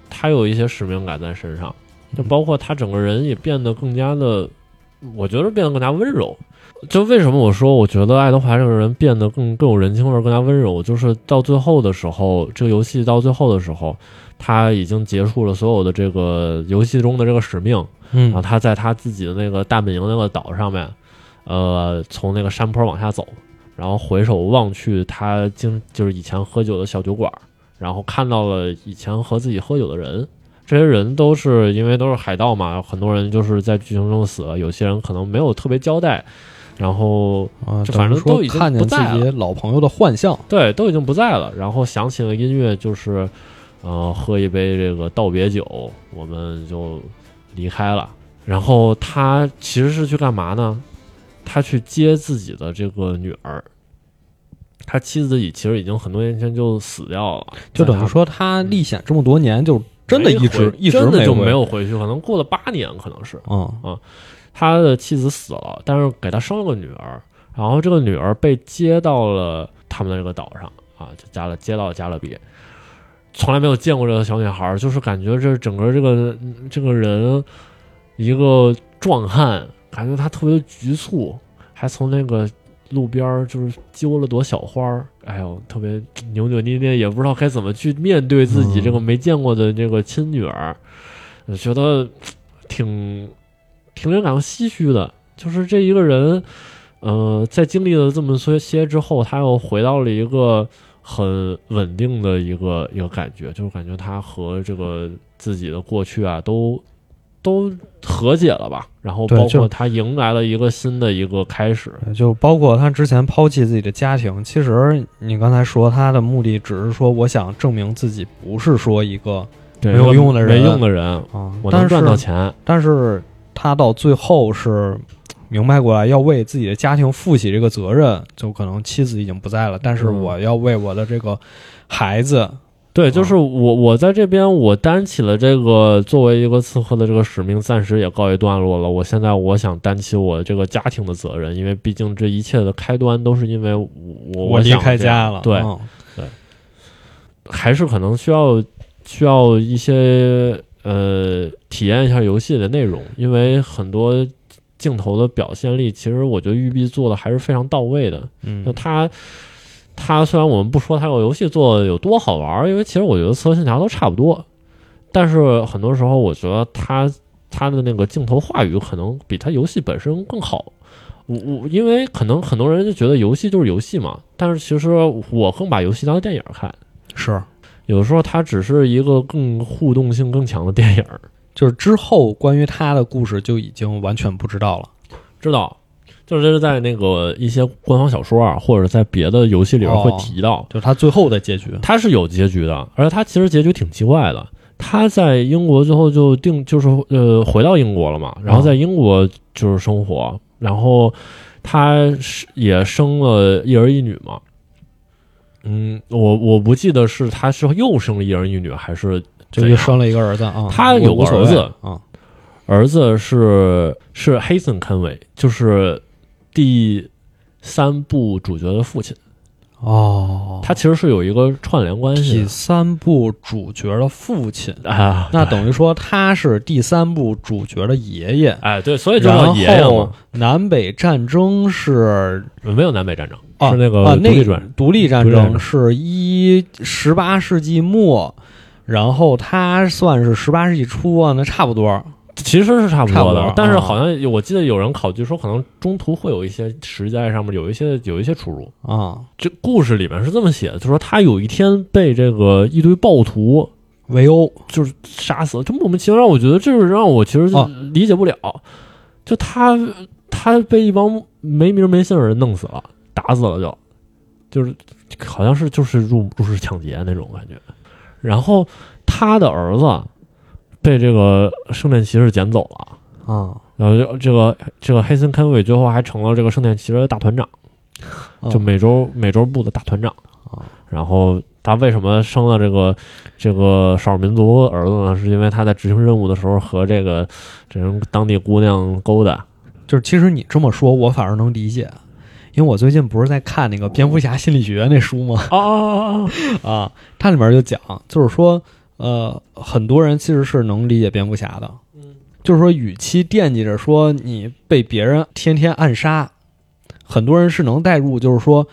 [SPEAKER 2] 他有一些使命感在身上，就包括他整个人也变得更加的，我觉得变得更加温柔。就为什么我说我觉得爱德华这个人变得更更有人情味儿，更加温柔，就是到最后的时候，这个游戏到最后的时候，他已经结束了所有的这个游戏中的这个使命，
[SPEAKER 1] 嗯
[SPEAKER 2] 然后他在他自己的那个大本营那个岛上面，呃，从那个山坡往下走，然后回首望去，他经就是以前喝酒的小酒馆，然后看到了以前和自己喝酒的人。这些人都是因为都是海盗嘛，很多人就是在剧情中死了，有些人可能没有特别交代，然后
[SPEAKER 1] 啊，
[SPEAKER 2] 这反正
[SPEAKER 1] 等于说
[SPEAKER 2] 都已经
[SPEAKER 1] 看见
[SPEAKER 2] 不
[SPEAKER 1] 自
[SPEAKER 2] 在
[SPEAKER 1] 己老朋友的幻象，
[SPEAKER 2] 对，都已经不在了。然后想起了音乐，就是，呃，喝一杯这个道别酒，我们就离开了。然后他其实是去干嘛呢？他去接自己的这个女儿。他妻子已其实已经很多年前就死掉了，
[SPEAKER 1] 就
[SPEAKER 2] 在
[SPEAKER 1] 等于
[SPEAKER 2] 他
[SPEAKER 1] 说他嗯历险这么多年，就真的
[SPEAKER 2] 没
[SPEAKER 1] 一直
[SPEAKER 2] 回
[SPEAKER 1] 一直
[SPEAKER 2] 真的就
[SPEAKER 1] 没
[SPEAKER 2] 没
[SPEAKER 1] 回，
[SPEAKER 2] 有回去，可能过了八年，可能是。
[SPEAKER 1] 嗯
[SPEAKER 2] 他的妻子死了，但是给他生了个女儿，然后这个女儿被接到了他们的这个岛上啊，就加了接到了加勒比，从来没有见过这个小女孩儿，就是感觉这整个这个这个人一个壮汉，感觉他特别局促，还从那个路边儿就是揪了朵小花儿，哎呦，特别扭扭捏捏，也不知道该怎么去面对自己
[SPEAKER 1] 嗯
[SPEAKER 2] 这个没见过的这个亲女儿，我觉得挺挺令人感到唏嘘的。就是这一个人，呃，在经历了这么些些之后，他又回到了一个很稳定的一个一个感觉，就是感觉他和这个自己的过去啊，都都和解了吧，然后
[SPEAKER 1] 对
[SPEAKER 2] 包括
[SPEAKER 1] 就
[SPEAKER 2] 他迎来了一个新的一个开始，
[SPEAKER 1] 就包括他之前抛弃自己的家庭，其实你刚才说他的目的只是说，我想证明自己不是说一个
[SPEAKER 2] 对
[SPEAKER 1] 没有用的人
[SPEAKER 2] 没用的人，
[SPEAKER 1] 啊，
[SPEAKER 2] 我能
[SPEAKER 1] 但
[SPEAKER 2] 赚到
[SPEAKER 1] 是
[SPEAKER 2] 钱，
[SPEAKER 1] 但是他到最后是明白过来，要为自己的家庭负起这个责任，就可能妻子已经不在了，但是
[SPEAKER 2] 嗯
[SPEAKER 1] 我要为我的这个孩子，
[SPEAKER 2] 对，
[SPEAKER 1] 啊
[SPEAKER 2] 就是我我在这边我担起了这个作为一个刺客的这个使命，暂时也告一段落了。我现在我想担起我这个家庭的责任，因为毕竟这一切的开端都是因为我我
[SPEAKER 1] 离
[SPEAKER 2] 想
[SPEAKER 1] 开
[SPEAKER 2] 这样
[SPEAKER 1] 家了，
[SPEAKER 2] 对，
[SPEAKER 1] 嗯
[SPEAKER 2] 还是可能需要需要一些呃体验一下游戏的内容，因为很多镜头的表现力，其实我觉得育碧做的还是非常到位的。那
[SPEAKER 1] 嗯，
[SPEAKER 2] 它它虽然我们不说它这个游戏做的有多好玩儿，因为其实我觉得《刺客信条》都差不多，但是很多时候我觉得它它的那个镜头话语可能比它游戏本身更好。我我因为可能很多人就觉得游戏就是游戏嘛，但是其实我更把游戏当电影儿看，
[SPEAKER 1] 是，
[SPEAKER 2] 有时候它只是一个更互动性更强的电影儿。
[SPEAKER 1] 就是之后关于他的故事就已经完全不知道了，
[SPEAKER 2] 知道，就是这是在那个一些官方小说啊，或者在别的游戏里边会
[SPEAKER 1] 哦
[SPEAKER 2] 提到，
[SPEAKER 1] 就是他最后的结局，
[SPEAKER 2] 它是有结局的，而且它其实结局挺奇怪的。他在英国之后就定就是呃回到英国了嘛，然后在英国就是生活，然后他是也生了一儿一女嘛。嗯，我我不记得是他是又生了一儿一女还是
[SPEAKER 1] 就
[SPEAKER 2] 怎
[SPEAKER 1] 又
[SPEAKER 2] 样
[SPEAKER 1] 生了一个儿子啊，
[SPEAKER 2] 他
[SPEAKER 1] 我
[SPEAKER 2] 有
[SPEAKER 1] 无所
[SPEAKER 2] 儿
[SPEAKER 1] 谓
[SPEAKER 2] 子哦
[SPEAKER 1] 啊，
[SPEAKER 2] 儿子是是黑森肯韦，就是第三部主角的父亲，
[SPEAKER 1] 哦，
[SPEAKER 2] 他其实是有一个串联关系
[SPEAKER 1] 第
[SPEAKER 2] 的
[SPEAKER 1] 三部主角的父亲。
[SPEAKER 2] 啊。
[SPEAKER 1] 那等于说他是第三部主角的爷爷，
[SPEAKER 2] 哎对，所以就
[SPEAKER 1] 然
[SPEAKER 2] 叫
[SPEAKER 1] 后
[SPEAKER 2] 爷爷嘛，
[SPEAKER 1] 南北战争是
[SPEAKER 2] 没有南北战争，
[SPEAKER 1] 啊
[SPEAKER 2] 是那个
[SPEAKER 1] 啊，
[SPEAKER 2] 独
[SPEAKER 1] 那
[SPEAKER 2] 立
[SPEAKER 1] 个
[SPEAKER 2] 转
[SPEAKER 1] 独立战
[SPEAKER 2] 独立战
[SPEAKER 1] 争
[SPEAKER 2] 争
[SPEAKER 1] 是一十八世纪末，然后他算是十八世纪初啊，那差不多。
[SPEAKER 2] 其实是差不
[SPEAKER 1] 差不
[SPEAKER 2] 多的，
[SPEAKER 1] 多
[SPEAKER 2] 但是
[SPEAKER 1] 啊
[SPEAKER 2] 好像我记得有人考据说，可能中途会有一些时间上面有一些有一些出入。
[SPEAKER 1] 啊，
[SPEAKER 2] 这故事里面是这么写的，就说他有一天被这个一堆暴徒
[SPEAKER 1] 围殴
[SPEAKER 2] 就是杀死了，就莫名其妙。我觉得这是让我其实
[SPEAKER 1] 哦
[SPEAKER 2] 理解不了，就他他被一帮没名没姓的人弄死了，打死了就，就是好像是就是入入室抢劫那种感觉。然后他的儿子被这个圣殿骑士捡走了，
[SPEAKER 1] 啊，
[SPEAKER 2] 然后就这个这个黑森肯韦最后还成了这个圣殿骑士的大团长。
[SPEAKER 1] 啊
[SPEAKER 2] 就美洲美洲部的大团长
[SPEAKER 1] 啊。
[SPEAKER 2] 然后他为什么生了这个这个少数民族儿子呢？是因为他在执行任务的时候和这个这人当地姑娘勾搭。
[SPEAKER 1] 就是其实你这么说，我反而能理解，因为我最近不是在看那个《蝙蝠侠心理学》那书 吗？
[SPEAKER 2] 啊，
[SPEAKER 1] 啊，它里面就讲，就是说，呃，很多人其实是能理解蝙蝠侠的，就是说，与其惦记着说你被别人天天暗杀，很多人是能代入，就是说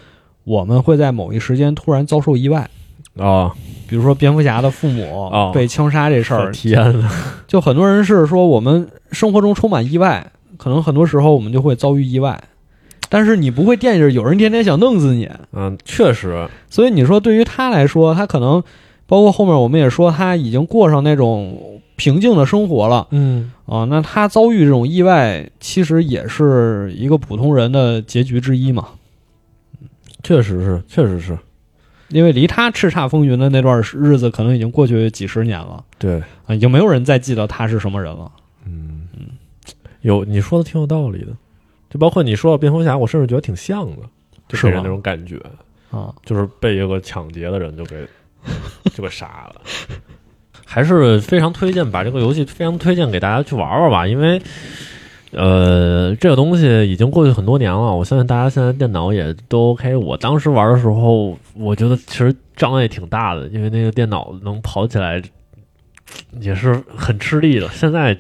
[SPEAKER 1] 我们会在某一时间突然遭受意外，
[SPEAKER 2] 哦，
[SPEAKER 1] 比如说蝙蝠侠的父母
[SPEAKER 2] 哦
[SPEAKER 1] 被枪杀这事儿，
[SPEAKER 2] 天呐，
[SPEAKER 1] 就很多人是说我们生活中充满意外，可能很多时候我们就会遭遇意外。但是你不会惦记着有人天天想弄死你，
[SPEAKER 2] 嗯，确实，
[SPEAKER 1] 所以你说，对于他来说，他可能包括后面我们也说，他已经过上那种平静的生活了
[SPEAKER 2] 嗯，
[SPEAKER 1] 啊。那他遭遇这种意外，其实也是一个普通人的结局之一嘛。
[SPEAKER 2] 确实是，确实是，
[SPEAKER 1] 因为离他叱咤风云的那段日子，可能已经过去几十年了
[SPEAKER 2] 对，
[SPEAKER 1] 啊，已经没有人再记得他是什么人了。
[SPEAKER 2] 嗯，有你说的挺有道理的，就包括你说到蝙蝠侠，我甚至觉得挺像的，就给
[SPEAKER 1] 是
[SPEAKER 2] 人
[SPEAKER 1] 吗
[SPEAKER 2] 那种感觉，
[SPEAKER 1] 啊，
[SPEAKER 2] 就是被一个抢劫的人就给就给杀了。还是非常推荐把这个游戏非常推荐给大家去玩玩吧，因为呃，这个东西已经过去很多年了，我相信大家现在电脑也都 OK。我当时玩的时候，我觉得其实障碍挺大的，因为那个电脑能跑起来也是很吃力的。现在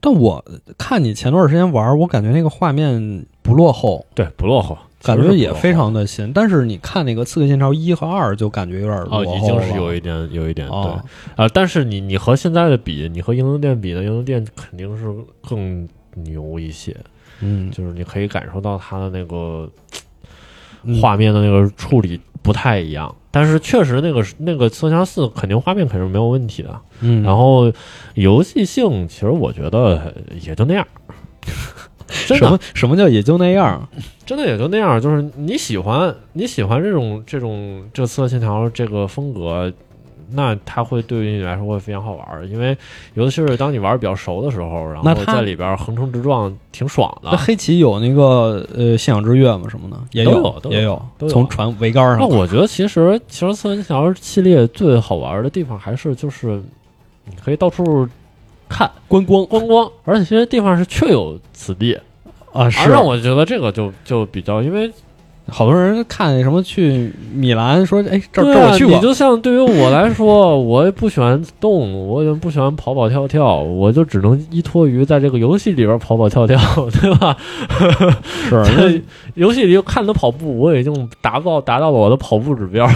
[SPEAKER 1] 但我看你前段时间玩，我感觉那个画面不落后，
[SPEAKER 2] 对不落后，
[SPEAKER 1] 感
[SPEAKER 2] 其
[SPEAKER 1] 觉
[SPEAKER 2] 实是
[SPEAKER 1] 也
[SPEAKER 2] 不落后
[SPEAKER 1] 非常的新。但是你看那个《刺客信条》一和二，就感觉有点落后
[SPEAKER 2] 哦，
[SPEAKER 1] 了、
[SPEAKER 2] 已经是有一点有一点对
[SPEAKER 1] 哦
[SPEAKER 2] 啊、但是你你和现在的比，你和英能店比呢，英能店肯定是更牛一些，
[SPEAKER 1] 嗯，
[SPEAKER 2] 就是你可以感受到它的那个
[SPEAKER 1] 嗯
[SPEAKER 2] 画面的那个处理不太一样。但是确实那个那个刺客信条四肯定画面肯定是没有问题的，
[SPEAKER 1] 嗯，
[SPEAKER 2] 然后游戏性其实我觉得也就那 样，真
[SPEAKER 1] 什
[SPEAKER 2] 的啊
[SPEAKER 1] 么什么叫也就那样？
[SPEAKER 2] 真的也就那样，就是你喜欢你喜欢这种这种这刺客信条这个风格，那它会对于你来说会非常好玩儿，因为尤其是当你玩儿比较熟的时候，然
[SPEAKER 1] 那
[SPEAKER 2] 后
[SPEAKER 1] 它
[SPEAKER 2] 在里边儿横冲直撞挺爽
[SPEAKER 1] 那
[SPEAKER 2] 的。
[SPEAKER 1] 黑棋有那个呃信仰之月吗？什么的也
[SPEAKER 2] 都
[SPEAKER 1] 有
[SPEAKER 2] 有都有
[SPEAKER 1] 也有
[SPEAKER 2] 都，有
[SPEAKER 1] 从船桅杆上。
[SPEAKER 2] 那我觉得其实其实刺客信条系列最好玩儿的地方还是就是你可以到处看
[SPEAKER 1] 观光
[SPEAKER 2] 观光，而且这些地方是确有此地，
[SPEAKER 1] 啊，
[SPEAKER 2] 而
[SPEAKER 1] 是
[SPEAKER 2] 让我觉得这个就就比较因为
[SPEAKER 1] 好多人看什么去米兰，说哎这儿
[SPEAKER 2] 对
[SPEAKER 1] 这
[SPEAKER 2] 啊
[SPEAKER 1] 儿我去
[SPEAKER 2] 你
[SPEAKER 1] 过，
[SPEAKER 2] 就像对于我来说，我也不喜欢动，我也不喜欢跑跑跳跳，我就只能依托于在这个游戏里边跑跑跳跳，对吧？
[SPEAKER 1] 是
[SPEAKER 2] 在游戏里看他跑步，我已经达到达到了我的跑步指标。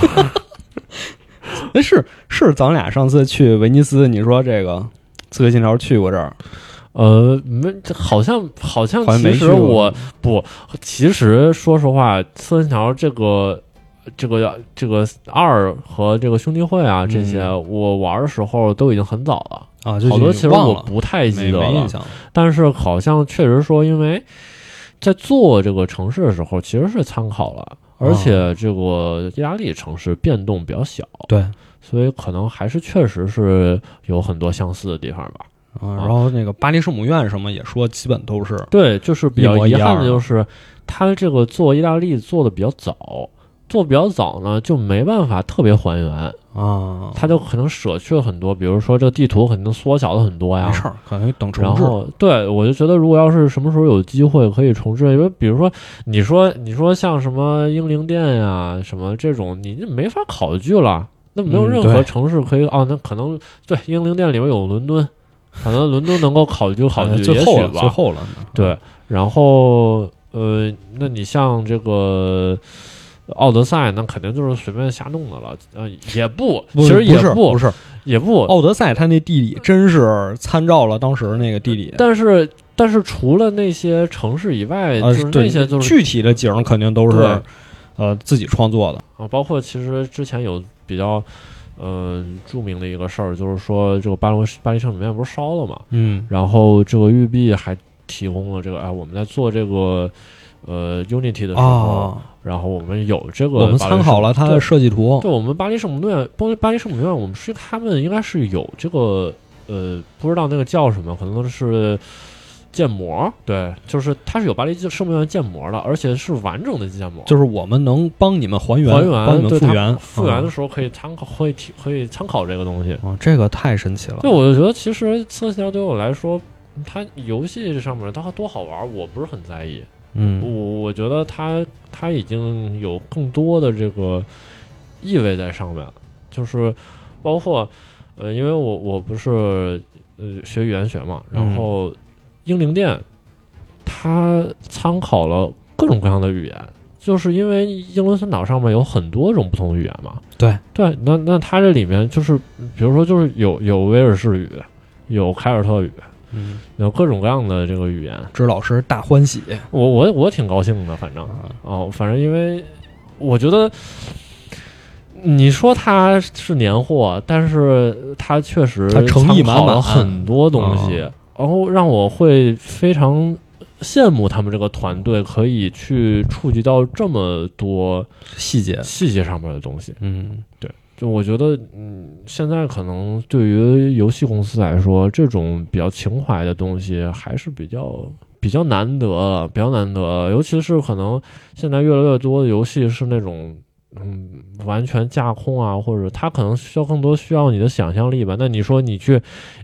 [SPEAKER 1] 那哎是是咱俩上次去威尼斯，你说这个刺客信条去过这儿，
[SPEAKER 2] 呃，没，好像好像
[SPEAKER 1] 好像
[SPEAKER 2] 其
[SPEAKER 1] 没去
[SPEAKER 2] 实
[SPEAKER 1] 过
[SPEAKER 2] 我不，其实说实话，刺身条这个。这个这个二和这个兄弟会啊，这些、我玩的时候都已经很早了，
[SPEAKER 1] 嗯啊，就
[SPEAKER 2] 好多其实
[SPEAKER 1] 忘
[SPEAKER 2] 我
[SPEAKER 1] 了，
[SPEAKER 2] 不太记
[SPEAKER 1] 没
[SPEAKER 2] 得
[SPEAKER 1] 没
[SPEAKER 2] 了
[SPEAKER 1] 印。象了。
[SPEAKER 2] 但是好像确实说，因为在做这个城市的时候，其实是参考了，而且这个意大利城市变动比较小，
[SPEAKER 1] 对，嗯
[SPEAKER 2] 所以可能还是确实是有很多相似的地方吧。
[SPEAKER 1] 啊，然后那个巴黎圣母院什么也说，基本都是
[SPEAKER 2] 对，就是比
[SPEAKER 1] 一
[SPEAKER 2] 较
[SPEAKER 1] 模一
[SPEAKER 2] 遗
[SPEAKER 1] 样
[SPEAKER 2] 憾的就是，它这个做意大利做的比较早。做比较早呢，就没办法特别还原，
[SPEAKER 1] 啊，
[SPEAKER 2] 它就可能舍去了很多，比如说这个地图肯定缩小了很多 呀，
[SPEAKER 1] 没事儿，可能等重
[SPEAKER 2] 啊然
[SPEAKER 1] 置。
[SPEAKER 2] 后，对我就觉得，如果要是什么时候有机会可以重置，因为比如说，你说你说像什么英灵殿呀、什么这种，你就没法考据了。那没有
[SPEAKER 1] 嗯
[SPEAKER 2] 任
[SPEAKER 1] 对
[SPEAKER 2] 何城市可以、哦，那可能对英灵殿里面有伦敦，可能伦敦能够考据考
[SPEAKER 1] 呃
[SPEAKER 2] 据，
[SPEAKER 1] 最后
[SPEAKER 2] 也
[SPEAKER 1] 了，
[SPEAKER 2] 许
[SPEAKER 1] 最
[SPEAKER 2] 吧。
[SPEAKER 1] 后了。
[SPEAKER 2] 对，然后呃，那你像这个。奥德赛那肯定就是随便瞎弄的了，呃，也不，
[SPEAKER 1] 不
[SPEAKER 2] 其实也
[SPEAKER 1] 不是
[SPEAKER 2] 不
[SPEAKER 1] 不是，
[SPEAKER 2] 也不，
[SPEAKER 1] 奥德赛它那地理真是参照了当时那个地理，
[SPEAKER 2] 但是但是除了那些城市以外，
[SPEAKER 1] 呃
[SPEAKER 2] 就是，那
[SPEAKER 1] 对
[SPEAKER 2] 些就是
[SPEAKER 1] 具体的景肯定都是
[SPEAKER 2] 对
[SPEAKER 1] 呃自己创作的。
[SPEAKER 2] 啊，包括其实之前有比较呃著名的一个事儿，就是说这个巴黎巴黎圣母院不是烧了嘛，
[SPEAKER 1] 嗯
[SPEAKER 2] 然后这个育碧还提供了这个哎，我们在做这个呃 Unity 的时候，
[SPEAKER 1] 啊，
[SPEAKER 2] 然后我们有这个
[SPEAKER 1] 我们
[SPEAKER 2] 巴黎圣
[SPEAKER 1] 参考了它的
[SPEAKER 2] 对
[SPEAKER 1] 设计图，
[SPEAKER 2] 对，我们巴黎圣母院，巴黎巴黎圣母院，我们是他们应该是有这个呃，不知道那个叫什么，可能是建模，对，就是它是有巴黎圣母院建模的，而且是完整的建模，
[SPEAKER 1] 就是我们能帮你们还原，
[SPEAKER 2] 还
[SPEAKER 1] 帮你们
[SPEAKER 2] 原对
[SPEAKER 1] 复
[SPEAKER 2] 它
[SPEAKER 1] 原，
[SPEAKER 2] 复原
[SPEAKER 1] 啊
[SPEAKER 2] 的时候可以参考，会提可以参考这个东西。
[SPEAKER 1] 哦，这个太神奇了。
[SPEAKER 2] 对，我就觉得其实《刺客信条》对我来说。它游戏这上面它多好玩，我不是很在意。我
[SPEAKER 1] 嗯，
[SPEAKER 2] 我觉得它它已经有更多的这个意味在上面了，就是包括呃，因为我我不是呃学语言学嘛，然
[SPEAKER 1] 嗯
[SPEAKER 2] 后英灵殿它参考了各种各样的语言，就是因为英伦三岛上面有很多种不同的语言嘛。
[SPEAKER 1] 对
[SPEAKER 2] 对，那那它这里面就是比如说就是有有威尔士语，有凯尔特语，
[SPEAKER 1] 嗯，
[SPEAKER 2] 有各种各样的这个语言。
[SPEAKER 1] 支老师大欢喜
[SPEAKER 2] 我我我挺高兴的，反正
[SPEAKER 1] 啊，
[SPEAKER 2] 哦，反正因为我觉得你说它是年货，但是它确实
[SPEAKER 1] 它诚意满满嗯哦
[SPEAKER 2] 参考了很多东西，然后让我会非常羡慕他们这个团队可以去触及到这么多
[SPEAKER 1] 细节，
[SPEAKER 2] 细节上面的东西。
[SPEAKER 1] 嗯，
[SPEAKER 2] 就我觉得，嗯，现在可能对于游戏公司来说，这种比较情怀的东西还是比较比较难得了，比较难得了。尤其是可能现在越来越多的游戏是那种，嗯，完全架空啊，或者它可能需要更多需要你的想象力吧。那你说你去，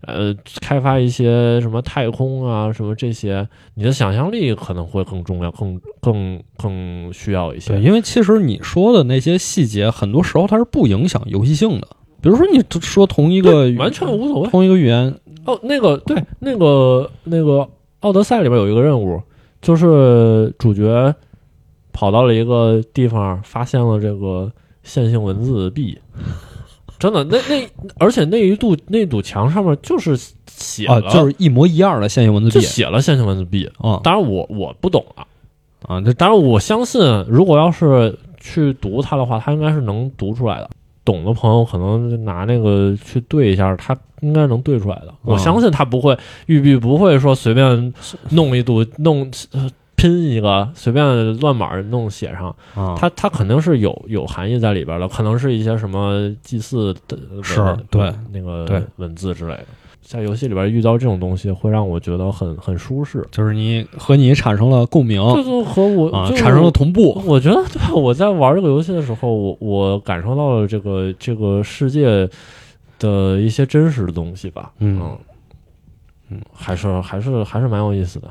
[SPEAKER 2] 呃，开发一些什么太空啊，什么这些，你的想象力可能会更重要，更更更需要一些
[SPEAKER 1] 对，。因为其实你说的那些细节，很多时候它是不影响游戏性的。比如说，你说同一个
[SPEAKER 2] 对完全无所谓，
[SPEAKER 1] 同一个语言，
[SPEAKER 2] 哦，那个对，那个那个《奥德赛》里边有一个任务，就是主角跑到了一个地方，发现了这个线性文字币。真的，那那而且那一堵那堵墙上面就是写了，
[SPEAKER 1] 啊，就是一模一样的线性文字
[SPEAKER 2] 就
[SPEAKER 1] 币
[SPEAKER 2] 写了线性文字币。
[SPEAKER 1] 啊
[SPEAKER 2] 当然我我不懂啊，
[SPEAKER 1] 啊，这
[SPEAKER 2] 当然我相信，如果要是去读它的话，它应该是能读出来的。懂的朋友可能拿那个去对一下，它应该能对出来的。
[SPEAKER 1] 嗯
[SPEAKER 2] 我相信它不会，玉璧不会说随便弄一组弄呃拼一个，随便乱码儿弄写上。
[SPEAKER 1] 啊，
[SPEAKER 2] 它它肯定是有有含义在里边儿的，可能是一些什么祭祀的文
[SPEAKER 1] 是对
[SPEAKER 2] 那
[SPEAKER 1] 对
[SPEAKER 2] 个文字之类的。在游戏里边遇到这种东西，会让我觉得很很舒适，
[SPEAKER 1] 就是你和你产生了共鸣
[SPEAKER 2] 这就和我
[SPEAKER 1] 啊，
[SPEAKER 2] 就是
[SPEAKER 1] 产生了同步，
[SPEAKER 2] 我觉得对，啊我在玩这个游戏的时候，我我感受到了这个这个世界的一些真实的东西吧。
[SPEAKER 1] 嗯
[SPEAKER 2] 嗯，嗯还是还是还是蛮有意思的。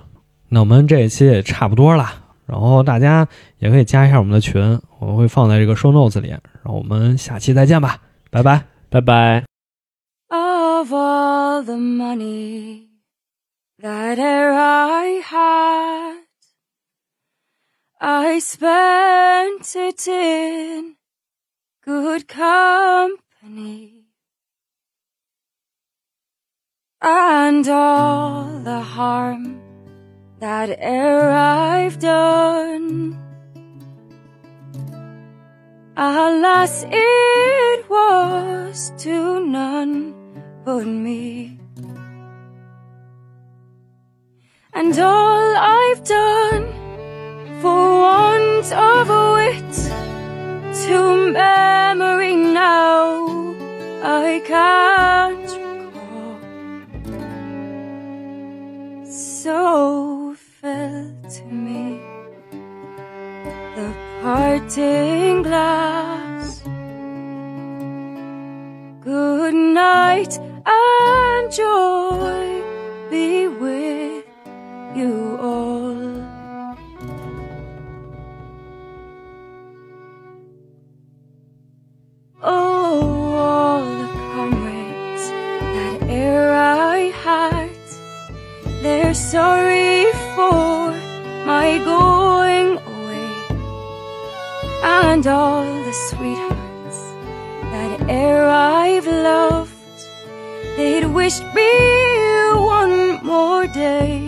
[SPEAKER 1] 那我们这一期也差不多了，然后大家也可以加一下我们的群，我会放在这个 show notes 里。然后我们下期再见吧，拜拜。
[SPEAKER 2] 拜拜。
[SPEAKER 3] Of all the money that e'er I had, I spent it in good company. And all the harm that e'er I've done, alas, it was to none but me. And all I've done for want of a wit to memory now I can't recall. So fell to me the parting glass. Good night and joy be with you all. Oh, all the comrades that e'er I had, they're sorry for my going away, and all the sweethearts that e'er I've loved, they'd wished me one more day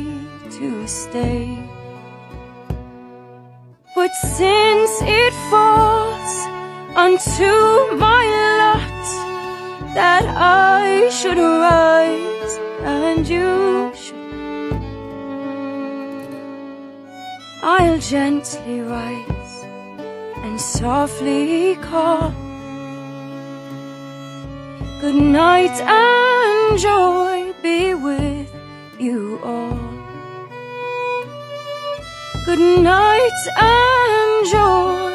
[SPEAKER 3] to stay. But since it falls unto my lot that I should rise and you should, I'll gently rise and softly call. Good night and joy be with you all. Good night and joy